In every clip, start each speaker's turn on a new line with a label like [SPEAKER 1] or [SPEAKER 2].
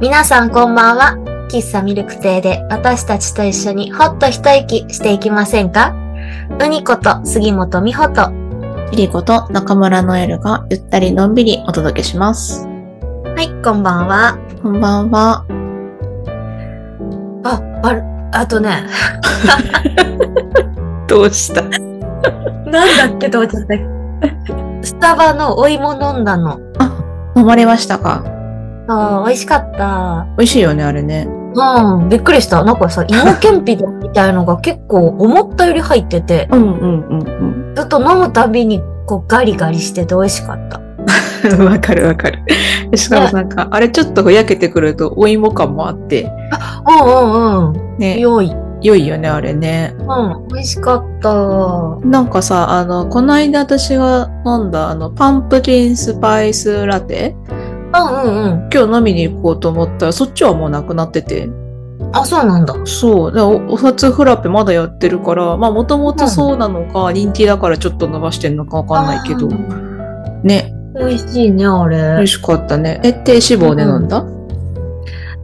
[SPEAKER 1] 皆さんこんばんは。喫茶ミルク亭で私たちと一緒にほっと一息していきませんかうにこと杉本美穂と。
[SPEAKER 2] キリコと中村ノエルがゆったりのんびりお届けします。
[SPEAKER 1] はい、こんばんは。
[SPEAKER 2] こんばんは。
[SPEAKER 1] あ、ある、あとね、
[SPEAKER 2] どうした
[SPEAKER 1] なんだっけと思っちゃった。スタバのお芋飲んだの。
[SPEAKER 2] 飲まれましたか
[SPEAKER 1] ああ、美味しかった。
[SPEAKER 2] 美味しいよね、あれね。
[SPEAKER 1] うん、びっくりした。なんかさ、芋けんぴだみたいのが 結構思ったより入ってて、
[SPEAKER 2] うんうんうん
[SPEAKER 1] ずっと飲むたびにこうガリガリしてて美味しかった。
[SPEAKER 2] うん。 わかるわかる。しかもなんか、あれちょっとふやけてくるとお芋感もあって、
[SPEAKER 1] うんうんうん。
[SPEAKER 2] ね、
[SPEAKER 1] 良い。
[SPEAKER 2] 良いよね、あれね。
[SPEAKER 1] うん、美味しかった。
[SPEAKER 2] なんかさ、あの、こないだ私が飲んだ、あの、パンプキンスパイスラテ
[SPEAKER 1] うんうんうん。
[SPEAKER 2] 今日飲みに行こうと思ったら、そっちはもうなくなってて。
[SPEAKER 1] あ、そうなんだ。
[SPEAKER 2] そう。だからおお札フラペまだやってるから、まあもともとそうなのか、人気だからちょっと伸ばしてんのかわかんないけど。ね、
[SPEAKER 1] 美味しいね、あ
[SPEAKER 2] 美
[SPEAKER 1] れ
[SPEAKER 2] 味。しかったね。え、低脂肪で飲んだ、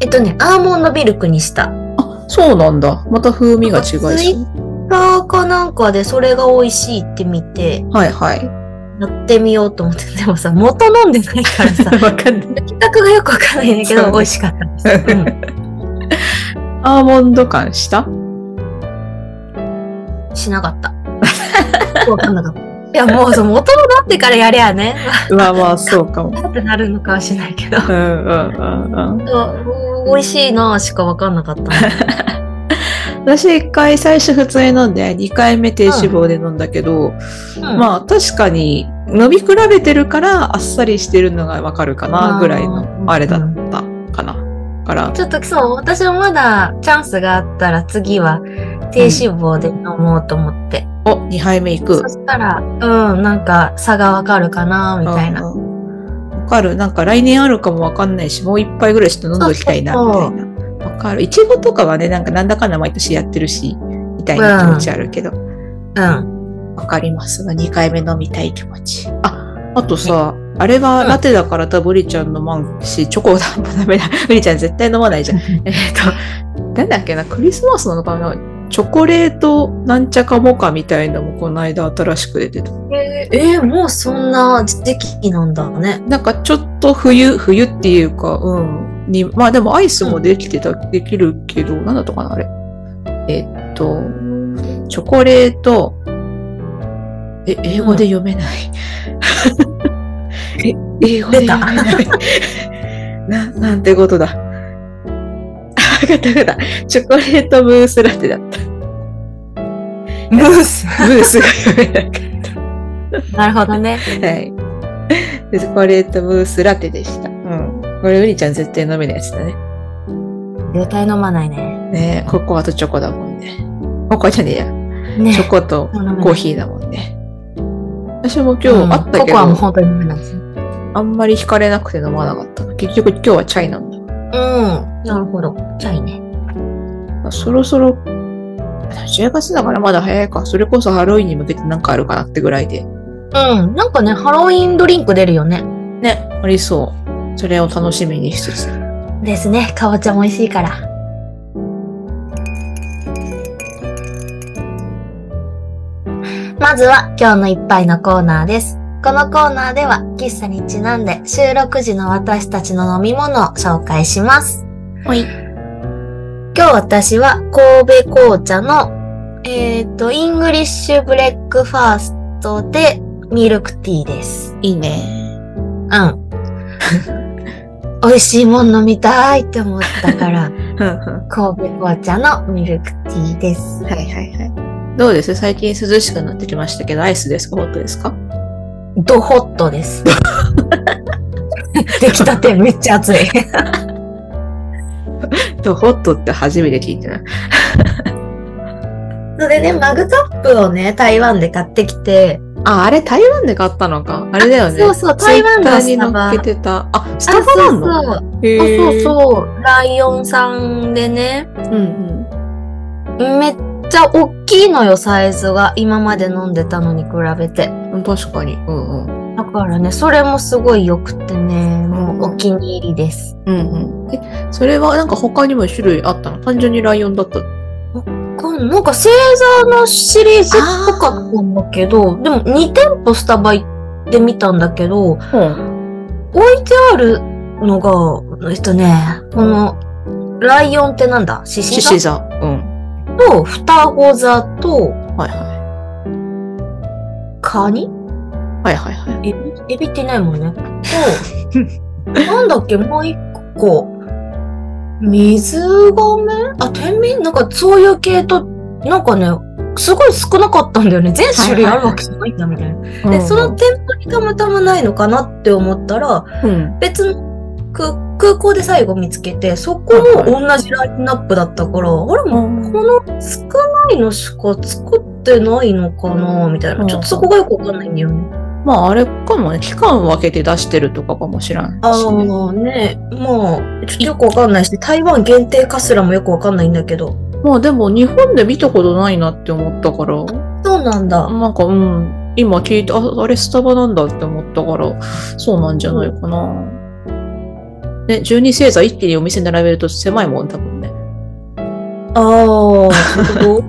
[SPEAKER 1] えっとね、アーモンドミルクにした。
[SPEAKER 2] あ、そうなんだ。また風味が違いそう。
[SPEAKER 1] ツイッターかなんかでそれが美味しいって見て、
[SPEAKER 2] はいはい。
[SPEAKER 1] やってみようと思って。でもさ、元飲んでないからさ、
[SPEAKER 2] わかんない。
[SPEAKER 1] 企画がよくわかんないんだけ
[SPEAKER 2] そ
[SPEAKER 1] ど、
[SPEAKER 2] うね
[SPEAKER 1] 美味しかったです。うん
[SPEAKER 2] アーモンド感した
[SPEAKER 1] しなか った。わかんなかった。いや、もう、その、元になってからやりゃね、
[SPEAKER 2] まあまあ、そうかも。
[SPEAKER 1] わーってなるのかはしないけど。
[SPEAKER 2] うんうんうんうん。
[SPEAKER 1] 美味しいなぁしかわかんなか ったな。
[SPEAKER 2] 私一回最初普通に飲んで、二回目低脂肪で飲んだけど、
[SPEAKER 1] あ、
[SPEAKER 2] まあ確かに飲み比べてるからあっさりしてるのがわかるかなぐらいのあれだったかな。から、
[SPEAKER 1] ちょっとそう、私もまだチャンスがあったら次は低脂肪で飲もうと思って。
[SPEAKER 2] お、2杯目いく
[SPEAKER 1] そ。したら、うん、なんか差がわかるかなみたいな。
[SPEAKER 2] うんわかる。なんか来年あるかもわかんないし、もう1杯ぐらいちょっと飲んどきたいな、
[SPEAKER 1] そう
[SPEAKER 2] み
[SPEAKER 1] そ
[SPEAKER 2] た
[SPEAKER 1] う
[SPEAKER 2] いな。わかる。いちごとかはね、なんかなんだかんだ毎年やってるし、みたいな気持ちあるけど。
[SPEAKER 1] うん。
[SPEAKER 2] わかりますが、2回目飲みたい気持ち。あ、あとさ、あれがラテだから多分ウリちゃん飲まんし、チョコだ、ダメだ。ウリちゃん絶対飲まないじゃん。えっと、なんだっけな、クリスマスなのかなチョコレートなんちゃかモカみたいのもこの間新しく出てた。
[SPEAKER 1] えーえーもうそんな時期なんだね。
[SPEAKER 2] なんかちょっと冬、冬っていうか、うん。に、まあでもアイスもできてた、できるけど、なんだったかな、あれ。えっと、チョコレート、え、英語で読めない。え、英語で読めない。 な、なんてことだ。あわかったわかった。チョコレートムースラテだった。
[SPEAKER 1] ムース
[SPEAKER 2] ムースが読めなかっ
[SPEAKER 1] なるほどね。
[SPEAKER 2] た。はい。でチョコレートムースラテでした。うん。これ、ウリちゃん絶対飲めないやつだね。
[SPEAKER 1] 絶対飲まないね。
[SPEAKER 2] ねえ、ココアとチョコだもんね。ココアじゃねえや。
[SPEAKER 1] ね
[SPEAKER 2] チョコとコーヒーだもんね。私も今日あったけ
[SPEAKER 1] ココ
[SPEAKER 2] ど、
[SPEAKER 1] アも本当に飲めないです。うん。
[SPEAKER 2] あんまり惹かれなくて飲まなかったな。結局今日はチャイなんだ。
[SPEAKER 1] なるほど。じゃあいいね。
[SPEAKER 2] まあそろそろ、10月だからまだ早いか。それこそハロウィンに向けてなんかあるかなってぐらいで。
[SPEAKER 1] うん。なんかね、ハロウィンドリンク出るよね。
[SPEAKER 2] ね、ありそう。それを楽しみにしつつ。
[SPEAKER 1] ですね。かぼちゃも美味しいから。まずは今日の一杯のコーナーです。このコーナーでは喫茶にちなんで収録時の私たちの飲み物を紹介します。
[SPEAKER 2] はい。
[SPEAKER 1] 今日私は神戸紅茶の、えっ、と、イングリッシュブレックファーストでミルクティーです。
[SPEAKER 2] いいね。
[SPEAKER 1] うん。 美味しいもん飲みたいって思ったから。
[SPEAKER 2] うんうん
[SPEAKER 1] 神戸紅茶のミルクティーです。
[SPEAKER 2] はいはいはい。どうです最近涼しくなってきましたけど、アイスですかホットですか
[SPEAKER 1] ドホット です。出来たてめっちゃ熱い。
[SPEAKER 2] とホットって初めて聞いてない。
[SPEAKER 1] それでね、マグカップをね、台湾で買ってきて、
[SPEAKER 2] あ、あれ台湾で買ったのか。あれだよね。
[SPEAKER 1] そうそう、台湾の
[SPEAKER 2] ツイ
[SPEAKER 1] ス
[SPEAKER 2] ッタ
[SPEAKER 1] タ
[SPEAKER 2] ーに
[SPEAKER 1] バ。
[SPEAKER 2] 乗っ
[SPEAKER 1] あ、
[SPEAKER 2] けてた。あ、ス
[SPEAKER 1] そう
[SPEAKER 2] タバ
[SPEAKER 1] そ
[SPEAKER 2] な
[SPEAKER 1] う。
[SPEAKER 2] の
[SPEAKER 1] あそう
[SPEAKER 2] あ、そう。
[SPEAKER 1] そう。ライオンさんでね、
[SPEAKER 2] うんうん。
[SPEAKER 1] めっちゃ大きいのよ、サイズが。今まで飲んでたのに比べて。
[SPEAKER 2] うん確かに。うんうん。
[SPEAKER 1] だからね、それもすごい良くてね、もうお気に入りです。
[SPEAKER 2] うんうん。え、それはなんか他にも種類あったの単純にライオンだったの
[SPEAKER 1] このなんか星座のシリーズっぽかったんだけど、でも2店舗スタバ行ってみたんだけど、
[SPEAKER 2] うん。
[SPEAKER 1] 置いてあるのが、えっとね、この、ライオンってなんだ獅子
[SPEAKER 2] 獅子
[SPEAKER 1] 座
[SPEAKER 2] 座。うん。
[SPEAKER 1] と双子座と
[SPEAKER 2] はいは
[SPEAKER 1] カニ
[SPEAKER 2] い。はいはいはい。
[SPEAKER 1] エビエビっていないも んね。と、なんだっけ、もう一個。水亀あ、天秤なんかそういう系と、なんかね、すごい少なかったんだよね。全種類あるわけじゃないんだみたいな。
[SPEAKER 2] う
[SPEAKER 1] で、
[SPEAKER 2] ん
[SPEAKER 1] その、店舗にたまたまないのかなって思ったら、
[SPEAKER 2] うん。
[SPEAKER 1] 別の空空港で最後見つけて、そこも同じラインナップだったから、あれもうこの少ないのしか作ってないのかなみたいな。ちょっとそこがよくわかんないんだよね。
[SPEAKER 2] まああれかもね、期間を分けて出してるとかかもしれんし、ね。
[SPEAKER 1] ああね、まあ、ちょっとよくわかんないし、台湾限定かすらもよくわかんないんだけど。
[SPEAKER 2] まあでも日本で見たことないなって思ったから、
[SPEAKER 1] そうなんだ。
[SPEAKER 2] なんかうん、今聞いて、あ、あれスタバなんだって思ったから、そうなんじゃないかな。ね、12星座一気にお店並べると狭いもん、多分ね。
[SPEAKER 1] ああ、そう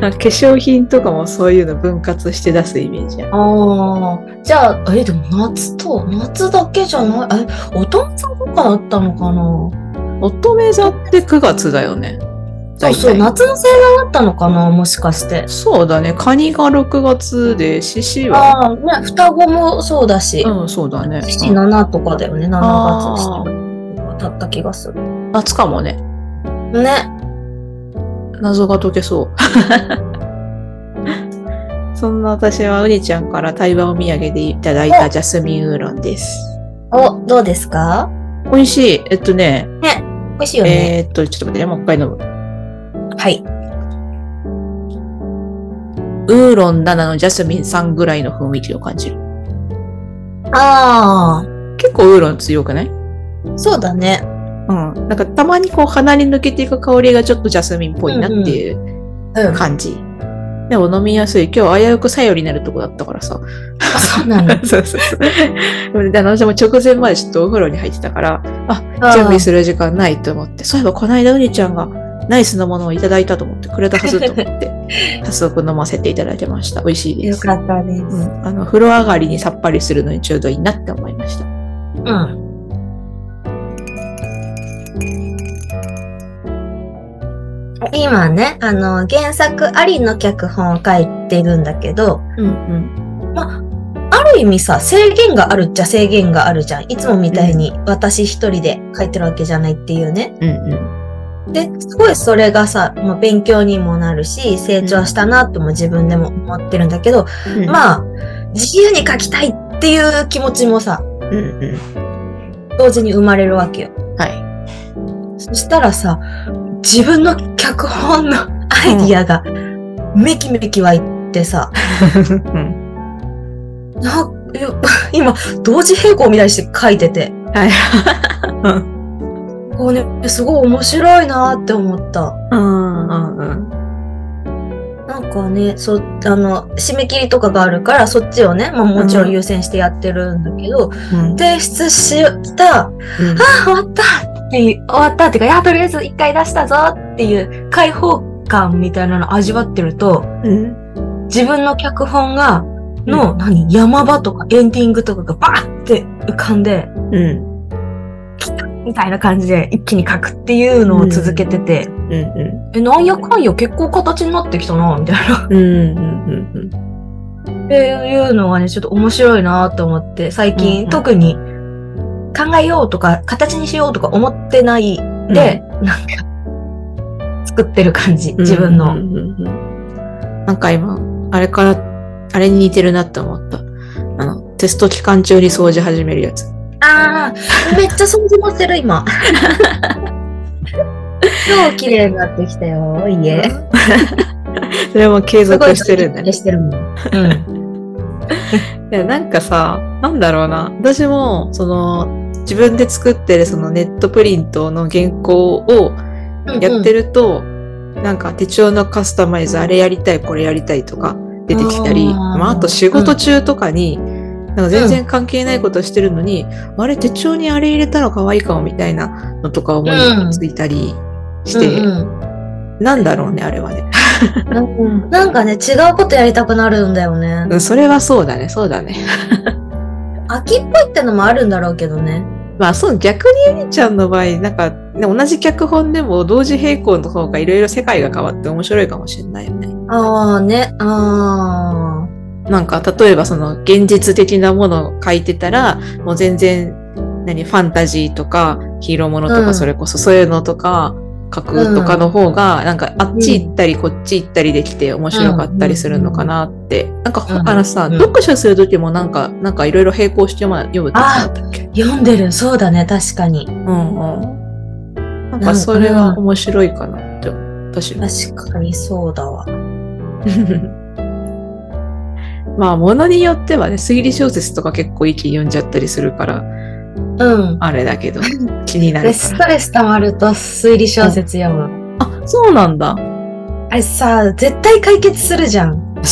[SPEAKER 2] なんか化粧品とかもそういうの分割して出すイメージや。
[SPEAKER 1] ああ。じゃあ、え、でも夏と、夏だけじゃない、え、お父さんとかだったのかな
[SPEAKER 2] 乙女座って9月だよね。
[SPEAKER 1] そうそう、
[SPEAKER 2] 大体
[SPEAKER 1] 夏の星座だったのかなもしかして。
[SPEAKER 2] そうだね。カニが6月で、獅子は。
[SPEAKER 1] ああ、ね、双子もそうだし、
[SPEAKER 2] うん、そうだね。
[SPEAKER 1] 七7とかだよね、7月
[SPEAKER 2] あ
[SPEAKER 1] だった気がする。
[SPEAKER 2] 夏かもね。
[SPEAKER 1] ね。
[SPEAKER 2] 謎が解けそう。そんな私はうにちゃんから台湾お土産でいただいたジャスミンウーロンです。
[SPEAKER 1] お、どうですか
[SPEAKER 2] 美味しい。えっとね、
[SPEAKER 1] 美味しいよね。
[SPEAKER 2] えーっと、ちょっと待ってね、もう一回飲む。
[SPEAKER 1] はい。
[SPEAKER 2] ウーロン7のジャスミンさんぐらいの雰囲気を感じる。
[SPEAKER 1] あ
[SPEAKER 2] 結構ウーロン強くないうん。
[SPEAKER 1] あ、そうだね。
[SPEAKER 2] なんかたまにこう鼻に抜けていく香りがちょっとジャスミンっぽいなっていう
[SPEAKER 1] うん。
[SPEAKER 2] 感じ。でも飲みやすい。今日危うくさよりになるとこだったからさ。
[SPEAKER 1] あ そうな の。
[SPEAKER 2] そうそうそう。でもねあの私も直前までちょっとお風呂に入ってたから、準備する時間ないと思って、そういえばこの間うにちゃんがナイスのものをいただいたと思って、くれたはずと思 って、早速飲ませていただきました。美味しいで
[SPEAKER 1] よ
[SPEAKER 2] す。
[SPEAKER 1] かったで
[SPEAKER 2] う
[SPEAKER 1] す。
[SPEAKER 2] ん、あの風呂上がりにさっぱりするのにちょうどいいなって思いました。
[SPEAKER 1] うん。今ね、あの、原作ありの脚本を書いてるんだけど、
[SPEAKER 2] うんうん。
[SPEAKER 1] ある意味さ、制限があるっちゃ制限があるじゃん。いつもみたいに私一人で書いてるわけじゃないっていうね。
[SPEAKER 2] うんうん。
[SPEAKER 1] で、すごいそれがさ、まあ、勉強にもなるし、成長したなとも自分でも思ってるんだけど、
[SPEAKER 2] あ、
[SPEAKER 1] まあ、自由に書きたいっていう気持ちもさ、
[SPEAKER 2] うんうん。
[SPEAKER 1] 同時に生まれるわけよ。
[SPEAKER 2] はい。
[SPEAKER 1] そしたらさ、自分の脚本のアイディアがめきめき湧いてさ、
[SPEAKER 2] うん
[SPEAKER 1] な今、同時並行みたいにして書いてて、
[SPEAKER 2] はい。
[SPEAKER 1] こうね、すごい面白いなって思った。
[SPEAKER 2] うんうんうん。
[SPEAKER 1] なんかね、そ、あの、締め切りとかがあるから、そっちをね、まあもちろん優先してやってるんだけど、
[SPEAKER 2] うん
[SPEAKER 1] 提出した、あ終わったっていう、終わったっていうか、いや、とりあえず一回出したぞっていう解放感みたいなの味わってると、
[SPEAKER 2] うん。
[SPEAKER 1] 自分の脚本が、の、
[SPEAKER 2] う
[SPEAKER 1] 何、山場とかエンディングとかがバーって浮かんで、
[SPEAKER 2] うん。
[SPEAKER 1] みたいな感じで一気に書くっていうのを続けてて、
[SPEAKER 2] うんうん。
[SPEAKER 1] え、なんやかんや結構形になってきたな、みたいな。
[SPEAKER 2] うんうんうん。
[SPEAKER 1] っていうのがね、ちょっと面白いなと思って、最
[SPEAKER 2] うん
[SPEAKER 1] 近、
[SPEAKER 2] うん
[SPEAKER 1] 特に考えようとか、形にしようとか思ってないで、なんか、作ってる感じ、自分
[SPEAKER 2] う
[SPEAKER 1] の。
[SPEAKER 2] んうんうんうんなんか今、あれから、あれに似てるなって思った。あの、テスト期間中に掃除始めるやつ。
[SPEAKER 1] ああ、めっちゃ掃除もしてる、 今。超綺麗になってきたよ、家。
[SPEAKER 2] それも継続してるんだね。
[SPEAKER 1] してるもん。うん。
[SPEAKER 2] いや、なんかさ、なんだろうな。私も、その、自分で作ってるそのネットプリントの原稿をやって
[SPEAKER 1] る
[SPEAKER 2] ると、なんか手帳のカスタマイズ、あれやりたい、これやりたいとか出てきたり、
[SPEAKER 1] あー
[SPEAKER 2] まあ、あと仕事中とかに、なんか全然関係ないことしてるのに、あれ手帳にあれ入れたら可愛いかもみたいなのとか思いついたりして、
[SPEAKER 1] うん
[SPEAKER 2] なんだろうね、あれはね。
[SPEAKER 1] うん、なんかね、違うことやりたくなるんだよね。
[SPEAKER 2] うんそれはそうだね、そうだね。
[SPEAKER 1] 秋っぽいってのもあるんだろうけどね。
[SPEAKER 2] まあ、そう、逆にゆりちゃんの場合、なんか、ね、同じ脚本でも同時並行の方がいろいろ世界が変わって面白いかもしれないよね。
[SPEAKER 1] ああ、ね、ああ。
[SPEAKER 2] なんか、例えばその現実的なものを書いてたら、もう全然、何、ファンタジーとか、ヒーローものと
[SPEAKER 1] う
[SPEAKER 2] か、
[SPEAKER 1] ん
[SPEAKER 2] それこそそういうのとか、書くとかの方が、なんか、あっち行ったり、こっち行ったりできて面白かったりするのかなって。なんか、
[SPEAKER 1] うん
[SPEAKER 2] あのさ、
[SPEAKER 1] うん
[SPEAKER 2] 読書するときもなんか、なんかいろいろ並行してま読むって
[SPEAKER 1] あ
[SPEAKER 2] 言ってなかったっけ
[SPEAKER 1] 読んでる、そうだね、確かに。
[SPEAKER 2] うんうん。なんかそれは面白いかなって、私 も。
[SPEAKER 1] 確かにそうだわ。
[SPEAKER 2] まあ、ものによってはね、推理小説とか結構一気に読んじゃったりするから、
[SPEAKER 1] うん。
[SPEAKER 2] あれだ けど、気にな
[SPEAKER 1] で、
[SPEAKER 2] る
[SPEAKER 1] ス
[SPEAKER 2] か
[SPEAKER 1] トレス溜まると推理小説読む。
[SPEAKER 2] ら。あ、そうなんだ。
[SPEAKER 1] あれさ、絶対解決するじゃん。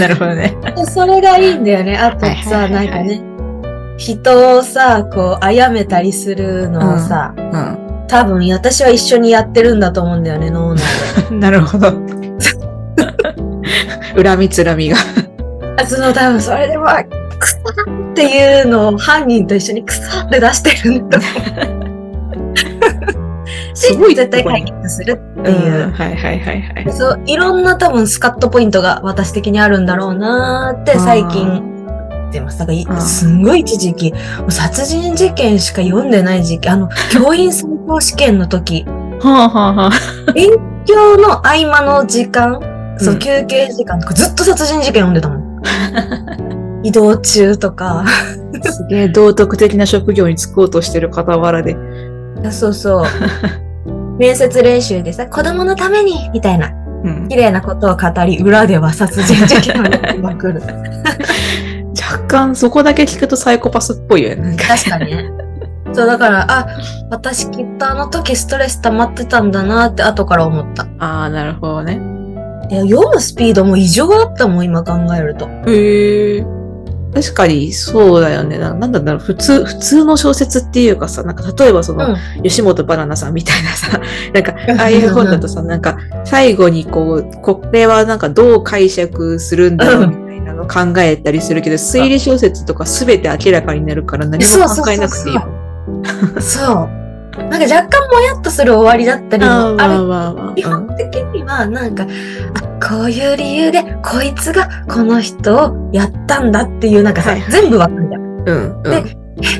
[SPEAKER 2] なるほどね。
[SPEAKER 1] でそれがいいんだよね。あと
[SPEAKER 2] はいは
[SPEAKER 1] さ、
[SPEAKER 2] いは
[SPEAKER 1] ないん
[SPEAKER 2] は
[SPEAKER 1] か
[SPEAKER 2] い
[SPEAKER 1] ね、人をさ、こう、殺めたりするのをさ、
[SPEAKER 2] う
[SPEAKER 1] 多分私は一緒にやってるんだと思うんだよね、脳内
[SPEAKER 2] ん。 なるほど。恨みつらみが。
[SPEAKER 1] で。その多分それでは、くさーっていうのを犯人と一緒にくさーって出してるんだと思 う。
[SPEAKER 2] すごい
[SPEAKER 1] 絶対
[SPEAKER 2] とこに
[SPEAKER 1] 解決するっ
[SPEAKER 2] うん。
[SPEAKER 1] ていう。
[SPEAKER 2] はいはいはいはい。
[SPEAKER 1] そういろんな多分スカットポイントが私的にあるんだろうなーって最近思ってます。なんかい
[SPEAKER 2] うん
[SPEAKER 1] すんごい一時期、もう殺人事件しか読んでない時期、あ の、教員最高試験の時、
[SPEAKER 2] はあはあはあ。
[SPEAKER 1] 勉強の合間の時間、そうう、
[SPEAKER 2] ん
[SPEAKER 1] 休憩時間とかずっと殺人事件読んでたもん。 移動中とか。
[SPEAKER 2] すげえ道徳的な職業に就こうとしてる傍らで。
[SPEAKER 1] あそう そう。面接練習でさ、子供のために、みたいな、
[SPEAKER 2] うん
[SPEAKER 1] 綺麗なことを語り、裏では殺人事件をやりまくる。
[SPEAKER 2] 若干そこだけ聞くとサイコパスっぽいよね。
[SPEAKER 1] 確かにね。 そう、だから、あ、私きっとあの時ストレス溜まってたんだなって後から思った。
[SPEAKER 2] ああ、なるほどね。
[SPEAKER 1] いや読むスピードも異常だったもん、今考えると。
[SPEAKER 2] へえ。確かにそうだよね。ななんだろう、普通、普通の小説っていうかさ、なんか例えばその、吉本ばななさんみたいなさ、なんか、ああいう本だとさ、なんか、最後にこう、これはなんかどう解釈するんだろうみたいなの考えたりするけど、推理小説とか全て明らかになるから何も考えなくていいもん。
[SPEAKER 1] そう。なんか若干もやっとする終わりだったり
[SPEAKER 2] あー
[SPEAKER 1] もある。
[SPEAKER 2] まあまあま
[SPEAKER 1] 基
[SPEAKER 2] あうん
[SPEAKER 1] 本的には、なんか、あ、こういう理由で、こいつがこの人をやったんだっていう、なんかさ
[SPEAKER 2] はい、
[SPEAKER 1] 全部わかるじゃん。
[SPEAKER 2] うん。うん。
[SPEAKER 1] で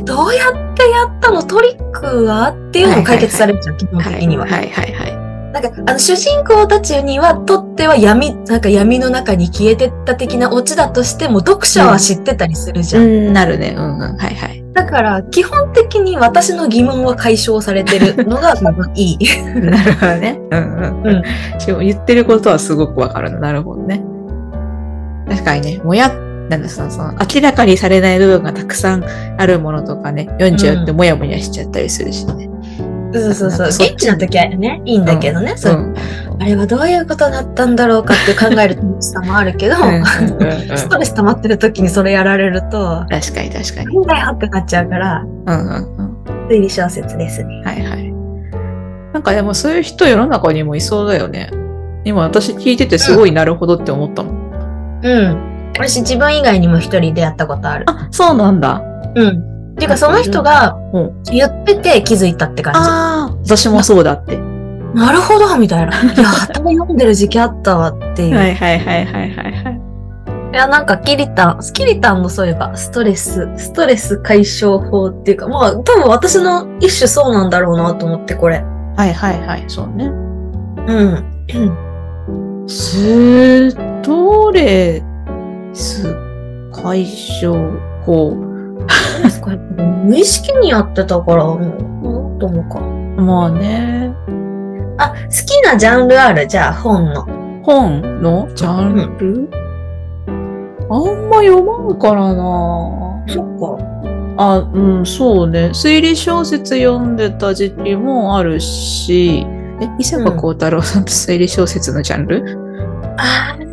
[SPEAKER 1] え、どうやってやったのトリックはっていうのも解決されるじゃん、基本的には。
[SPEAKER 2] はいはいはい。
[SPEAKER 1] なんか、あの、主人公たちには、とっては闇、なんか闇の中に消えてった的なオチだとしても、読者は知ってたりするじゃん。
[SPEAKER 2] うん、なるね。うんうん。はいはい。
[SPEAKER 1] だから、基本的に私の疑問は解消されてるの が多分いい。
[SPEAKER 2] なるほどね。うんうん。
[SPEAKER 1] うん
[SPEAKER 2] でも言ってることはすごくわかるの。なるほどね。確かにね、もや、なんだその、その、明らかにされない部分がたくさんあるものとかね、読んじゃってもやもやしちゃったりするしね。
[SPEAKER 1] そうそうそう。
[SPEAKER 2] そっち。
[SPEAKER 1] 現地の時はね、いいんだけどね、そううん
[SPEAKER 2] うん
[SPEAKER 1] あれはどういうことだったんだろうかって考える楽しさもあるけど、
[SPEAKER 2] うんう ん
[SPEAKER 1] ストレス溜まってる時にそれやられると、
[SPEAKER 2] 確かに確かに。
[SPEAKER 1] なんだよってなっちゃうから、
[SPEAKER 2] うんうんうん。
[SPEAKER 1] 推理小説ですね。
[SPEAKER 2] はいはい。なんかでもそういう人世の中にもいそうだよね。今私聞いててすごいなるほどって思ったもん。
[SPEAKER 1] うん。私自分以外にも一人出会ったことある。
[SPEAKER 2] あ、そうなんだ。
[SPEAKER 1] うん。ていうか、その人が
[SPEAKER 2] うん
[SPEAKER 1] 言ってて気づいたって感
[SPEAKER 2] ああ、私もそうだって。
[SPEAKER 1] じ。なるほどみたい な。いや、頭読んでる時期あったわっていう。、
[SPEAKER 2] はいいはいはいはいはいはい。
[SPEAKER 1] や、なんか、キリタン、キリタンもそういえば、ストレス、ストレス解消法っていうか、まあ、多分私の一種そうなんだろうなと思って、これ。
[SPEAKER 2] はいはいはい、そうね。
[SPEAKER 1] うん。
[SPEAKER 2] ストレス解消法。
[SPEAKER 1] これ無意識にやってたから、もう、どうもか。
[SPEAKER 2] まあね、
[SPEAKER 1] あ、好きなジャンルあるじゃあ、本の。
[SPEAKER 2] 本のジャンル、あんま読まんからな。
[SPEAKER 1] そっか。
[SPEAKER 2] あ、うん、そうね。推理小説読んでた時期もあるし、え、伊坂幸太郎さんって推理小説のジャンル、
[SPEAKER 1] あー、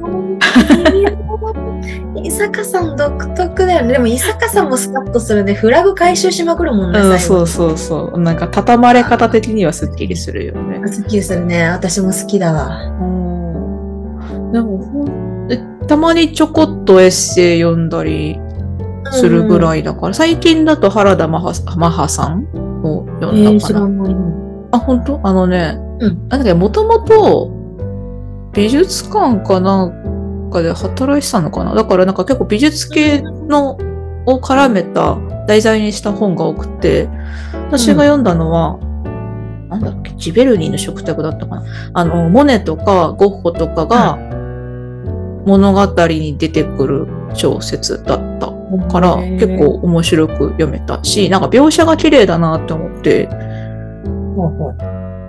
[SPEAKER 1] 伊坂坂さん独特だよね。でも、伊坂さんもスカッとするね。フラグ回収しまくるもんね、
[SPEAKER 2] うん、
[SPEAKER 1] 最後
[SPEAKER 2] そうそうそう。なんか、畳まれ方的にはスッキリするよね。
[SPEAKER 1] すっきりするね。私も好きだわ。
[SPEAKER 2] うん。でもほん、えたまにちょこっとエッセイ読んだりするぐ
[SPEAKER 1] い。
[SPEAKER 2] らいだから、最近だと原田マハマハさんを読
[SPEAKER 1] えー、
[SPEAKER 2] んだか
[SPEAKER 1] 知
[SPEAKER 2] な。
[SPEAKER 1] らないな。
[SPEAKER 2] あ、本当あのね、
[SPEAKER 1] うん
[SPEAKER 2] なんだっけ、もともと美術館かなんかで働いてたのかな。だからなんか結構美術系のを絡めた題材にした本が多くて、私が読んだのは、なんだっけ、ジベルニーの食卓だったかな。あの、モネとかゴッホとかが物語に出てくる小説だったから
[SPEAKER 1] へー
[SPEAKER 2] 結構面白く読めたし、なんか描写が綺麗だなって思って、
[SPEAKER 1] ほうほう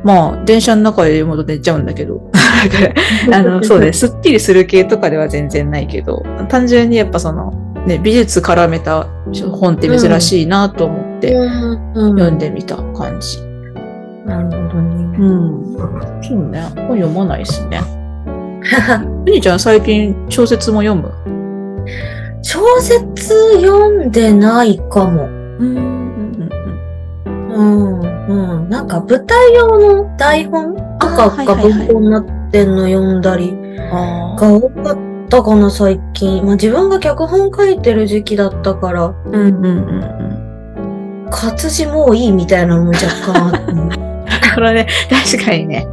[SPEAKER 2] まあ、電車の中で読むと寝ちゃうんだけど。 あの、そうね、。すっきりする系とかでは全然ないけど、単純にやっぱその、ね、美術絡めた本って珍しいなと思って
[SPEAKER 1] うんうん、
[SPEAKER 2] 読んでみた感じ。
[SPEAKER 1] なるほどね。
[SPEAKER 2] ん。そうね、本読まないですね。ふにちゃん最近小説も読む
[SPEAKER 1] 小説読んでないかも。
[SPEAKER 2] うん。うんうん
[SPEAKER 1] うん、うん。なんか舞台用の台本と
[SPEAKER 2] あ
[SPEAKER 1] か
[SPEAKER 2] はい
[SPEAKER 1] が
[SPEAKER 2] はいはい
[SPEAKER 1] 文庫になってんの読んだり
[SPEAKER 2] あ
[SPEAKER 1] が多かったかな、最近。まあ自分が脚本書いてる時期だったから、
[SPEAKER 2] ーうんうんうんうん。
[SPEAKER 1] 活字もういいみたいなのも若干あっ
[SPEAKER 2] これね、確かにね。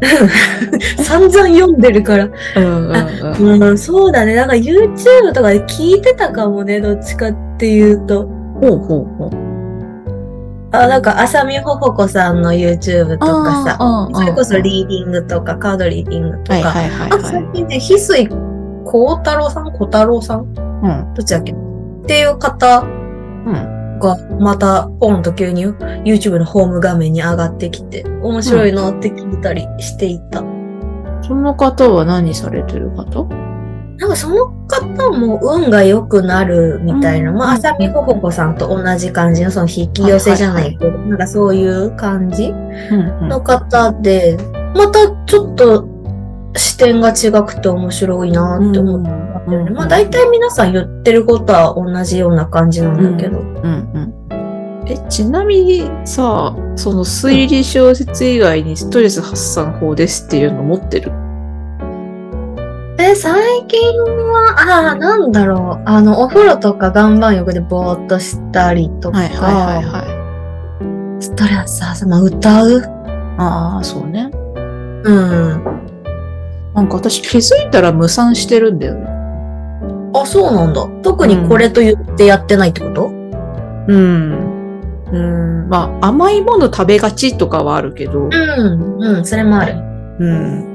[SPEAKER 1] て。散々読んでるから。
[SPEAKER 2] うんうんうん。
[SPEAKER 1] うん、そうだね。なんか YouTube とかで聞いてたかもね、どっちかっていうと。
[SPEAKER 2] ほうほうほう。
[SPEAKER 1] あ、なんか、浅見ほほこさんの YouTube とかさ、
[SPEAKER 2] あー
[SPEAKER 1] それこそ
[SPEAKER 2] うんうん
[SPEAKER 1] リーディングとか、カードリーディングと
[SPEAKER 2] はい
[SPEAKER 1] か、
[SPEAKER 2] はいはい
[SPEAKER 1] あと
[SPEAKER 2] はい
[SPEAKER 1] 最。近ね、翡翠幸太郎さん幸太郎さん
[SPEAKER 2] うん。
[SPEAKER 1] どっちだっけっていう方
[SPEAKER 2] うん。
[SPEAKER 1] が、また、ポンと急に YouTube のホーム画面に上がってきて、面白いなって聞いたりしていた。
[SPEAKER 2] その方は何されてる方
[SPEAKER 1] なんかその方も運が良くなるみたいな、
[SPEAKER 2] うん
[SPEAKER 1] まあ、浅見ほほこさんと同じ感じの、その引き寄せじゃないけど、なんかそういう感じ
[SPEAKER 2] うんうん
[SPEAKER 1] の方で、またちょっと視点が違くて面白いなって思って。
[SPEAKER 2] うんうん
[SPEAKER 1] まあ大体皆さん言ってることは同じような感じなんだけど。
[SPEAKER 2] うんうんえちなみにさその推理小説以外にストレス発散法ですっていうの持ってる
[SPEAKER 1] え、最近は、ああ、なんだろう。あの、お風呂とか岩盤浴でぼーっとしたりとか、
[SPEAKER 2] はい
[SPEAKER 1] ストレス発散、まあ歌う
[SPEAKER 2] ああそうね
[SPEAKER 1] うん。
[SPEAKER 2] なんか私気づいたら無賛してるんだよね
[SPEAKER 1] あ、そうなんだ。特にこれと言ってやってないってこと、
[SPEAKER 2] うんうんまあ甘いもの食べがちとかはあるけど
[SPEAKER 1] うん、うん、それもある。
[SPEAKER 2] うん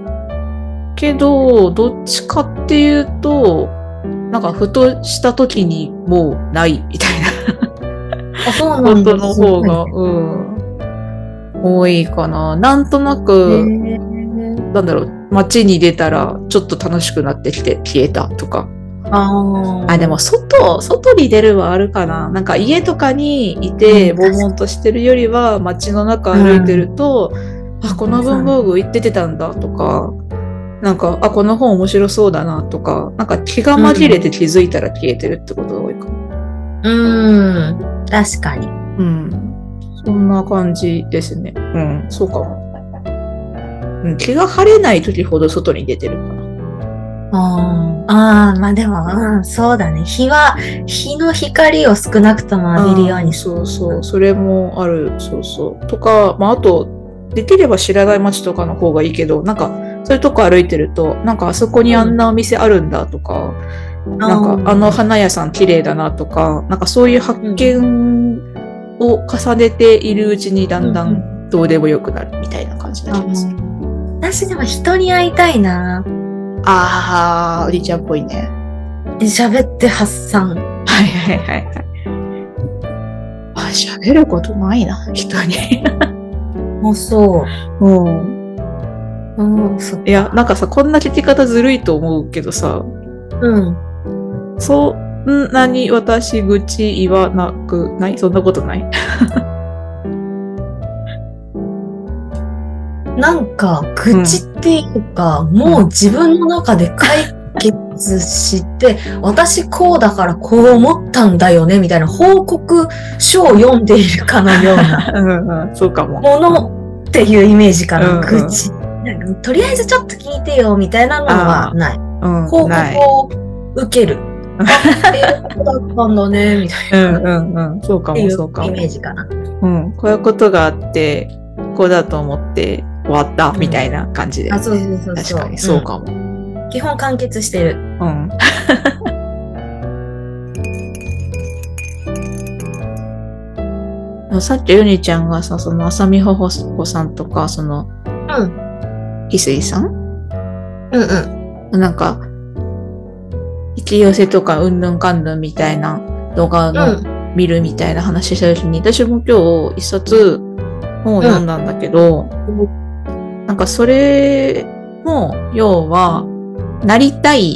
[SPEAKER 2] けどどっちかっていうとなんかふとした時にもうないみたいな
[SPEAKER 1] あ、そうな
[SPEAKER 2] こ
[SPEAKER 1] んだ。
[SPEAKER 2] との方が、うん、多いかな。なんとな
[SPEAKER 1] へ
[SPEAKER 2] く、
[SPEAKER 1] ー。
[SPEAKER 2] なんだろう、街に出たら、ちょっと楽しくなってきて消えたとか。
[SPEAKER 1] あー
[SPEAKER 2] あ、でも、外、外に出るはあるかな。なんか家とかにいて、
[SPEAKER 1] うん
[SPEAKER 2] ぼんぼんとしてるよりは、街の中歩いてると、あ、この文房具行っててたんだとか、なんか、あ、この本面白そうだなとか、なんか気が紛れて気づいたら消えてるってことが多いかも。
[SPEAKER 1] うん、確かに。
[SPEAKER 2] うん。そんな感じですね。うん、そうかも。うん、気が晴れない時ほど外に出てるかな。
[SPEAKER 1] あーあー、まあでも、うん、そうだね。日は、日の光を少なくとも浴びるようにする。
[SPEAKER 2] そうそう。それもある。そうそう。とか、まあ、あと、できれば知らない街とかの方がいいけど、なんか、そういうとこ歩いてると、なんかあそこにあんなお店あるんだとか、なんかあの花屋さん綺麗だなとか、なんかそういう発見を重ねているうちにだんだ
[SPEAKER 1] うん
[SPEAKER 2] どうでもよくなるみたいな感じな気がする。
[SPEAKER 1] 私でも人に会いたいな。
[SPEAKER 2] ああ、おじいちゃんっぽいね。
[SPEAKER 1] 喋って発散。
[SPEAKER 2] はいはいはいはい。あ、喋ることないな、人に。
[SPEAKER 1] もうそ
[SPEAKER 2] うん。
[SPEAKER 1] う。うん、そ
[SPEAKER 2] いや、なんかさ、こんな聞き方ずるいと思うけどさ、
[SPEAKER 1] うん。
[SPEAKER 2] そんなに私愚痴言わなくないそんなことない
[SPEAKER 1] なんか、口っていうか、もう自分の中で解決察して、私こうだからこう思ったんだよね、みたいな報告書を読んでいるかのよう な
[SPEAKER 2] うんうん、そうかも。
[SPEAKER 1] ものっていうイメージか
[SPEAKER 2] うんう
[SPEAKER 1] な、
[SPEAKER 2] ん
[SPEAKER 1] 愚痴。なんかとりあえずちょっと聞いてよ、みたいなのはない。
[SPEAKER 2] うん、
[SPEAKER 1] 報
[SPEAKER 2] ない。
[SPEAKER 1] 告を受ける。あ、っていうことだったんだね、みたいな。
[SPEAKER 2] うんうんうん、そうか
[SPEAKER 1] ってい
[SPEAKER 2] も
[SPEAKER 1] う
[SPEAKER 2] そうか
[SPEAKER 1] イ
[SPEAKER 2] も
[SPEAKER 1] メ。ージかな。
[SPEAKER 2] うん、こういうことがあって、こうだと思って終わったみたいな感じで。
[SPEAKER 1] あ、そうそうそう
[SPEAKER 2] 確
[SPEAKER 1] そう。
[SPEAKER 2] かに、そうかも。
[SPEAKER 1] うん基本完結してる。
[SPEAKER 2] うん。でもさっきユニちゃんがさ、その浅見ほほこさんとか、その、
[SPEAKER 1] うん。
[SPEAKER 2] 翡翠さん
[SPEAKER 1] うんうん。
[SPEAKER 2] なんか、引き寄せとかうんぬんかんぬんみたいな動画
[SPEAKER 1] う
[SPEAKER 2] の
[SPEAKER 1] ん。
[SPEAKER 2] 見るみたいな話した時に、私も今日一冊本を読んだんだけど、なんかそれも、要は、なりたい、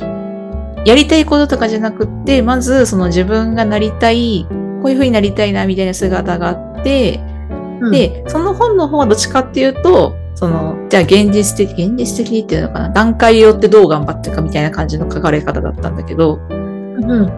[SPEAKER 2] やりたいこととかじゃなくって、まずその自分がなりたい、こういう風になりたいなみたいな姿があって、
[SPEAKER 1] うん、
[SPEAKER 2] で、その本の方はどっちかっていうと、その、じゃあ現実的、現実的にっていうのかな、段階を追ってどう頑張っていくかみたいな感じの書かれ方だったんだけど、
[SPEAKER 1] うん。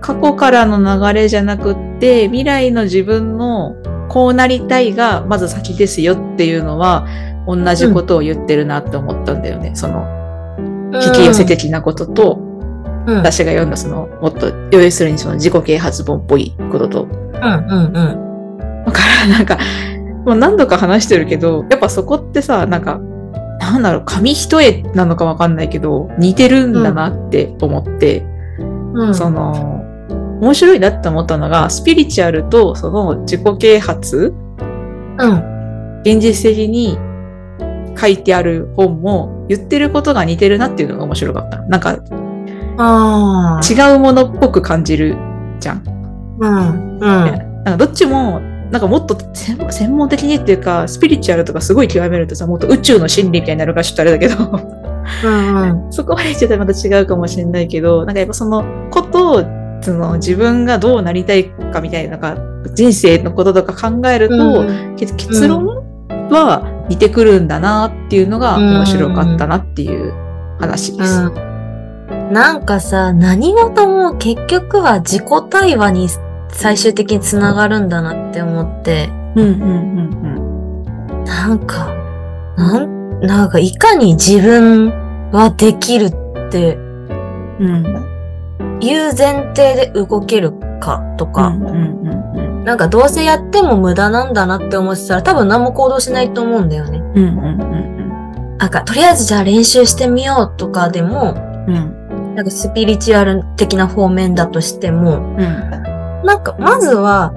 [SPEAKER 2] 過去からの流れじゃなくって未来の自分のこうなりたいがまず先ですよっていうのは同じことを言ってるなって思ったんだよね、その引き寄せ的なこと
[SPEAKER 1] う
[SPEAKER 2] と、
[SPEAKER 1] ん、うん
[SPEAKER 2] 私が読んだそのもっと要するにその自己啓発本っぽいことと
[SPEAKER 1] うんうん
[SPEAKER 2] だからなんかもう何度か話してるけどやっぱそこってさなんかなんだろう紙一重なのかわかんないけど似てるんだなって思って。
[SPEAKER 1] うん。
[SPEAKER 2] その、面白いなって思ったのが、スピリチュアルとその自己啓発、
[SPEAKER 1] うん。
[SPEAKER 2] 現実的に書いてある本も言ってることが似てるなっていうのが面白かった。なんか
[SPEAKER 1] ああ。
[SPEAKER 2] 違うものっぽく感じるじゃん。
[SPEAKER 1] うん。うん。
[SPEAKER 2] なんかどっちも、なんかもっと専専門的にっていうか、スピリチュアルとかすごい極めるとさ、もっと宇宙の真理みたいになるからちょっとあれだけど。
[SPEAKER 1] うん。
[SPEAKER 2] そこまで言っちゃったらまた違うかもしれないけど、なんかやっぱそのことを、その自分がどうなりたいかみたいな、なんか人生のこととか考えると、け結論は似てくるんだなっていうのが
[SPEAKER 1] うん
[SPEAKER 2] 面白かったなっていう話です。
[SPEAKER 1] うんなんかさ、何事も結局は自己対話に最終的につながるんだなって思って、
[SPEAKER 2] うんうんうん
[SPEAKER 1] なんか、なん、なんかいかに自分はできるって
[SPEAKER 2] うん。うん。
[SPEAKER 1] いう前提で動けるかとか、
[SPEAKER 2] うんうん
[SPEAKER 1] なんかどうせやっても無駄なんだなって思ってたら多分何も行動しないと思うんだよね。
[SPEAKER 2] うんうんうんうん
[SPEAKER 1] なんかとりあえずじゃあ練習してみようとかでも、
[SPEAKER 2] うんうん
[SPEAKER 1] なんかスピリチュアル的な方面だとしても、
[SPEAKER 2] うん
[SPEAKER 1] なんかまずは、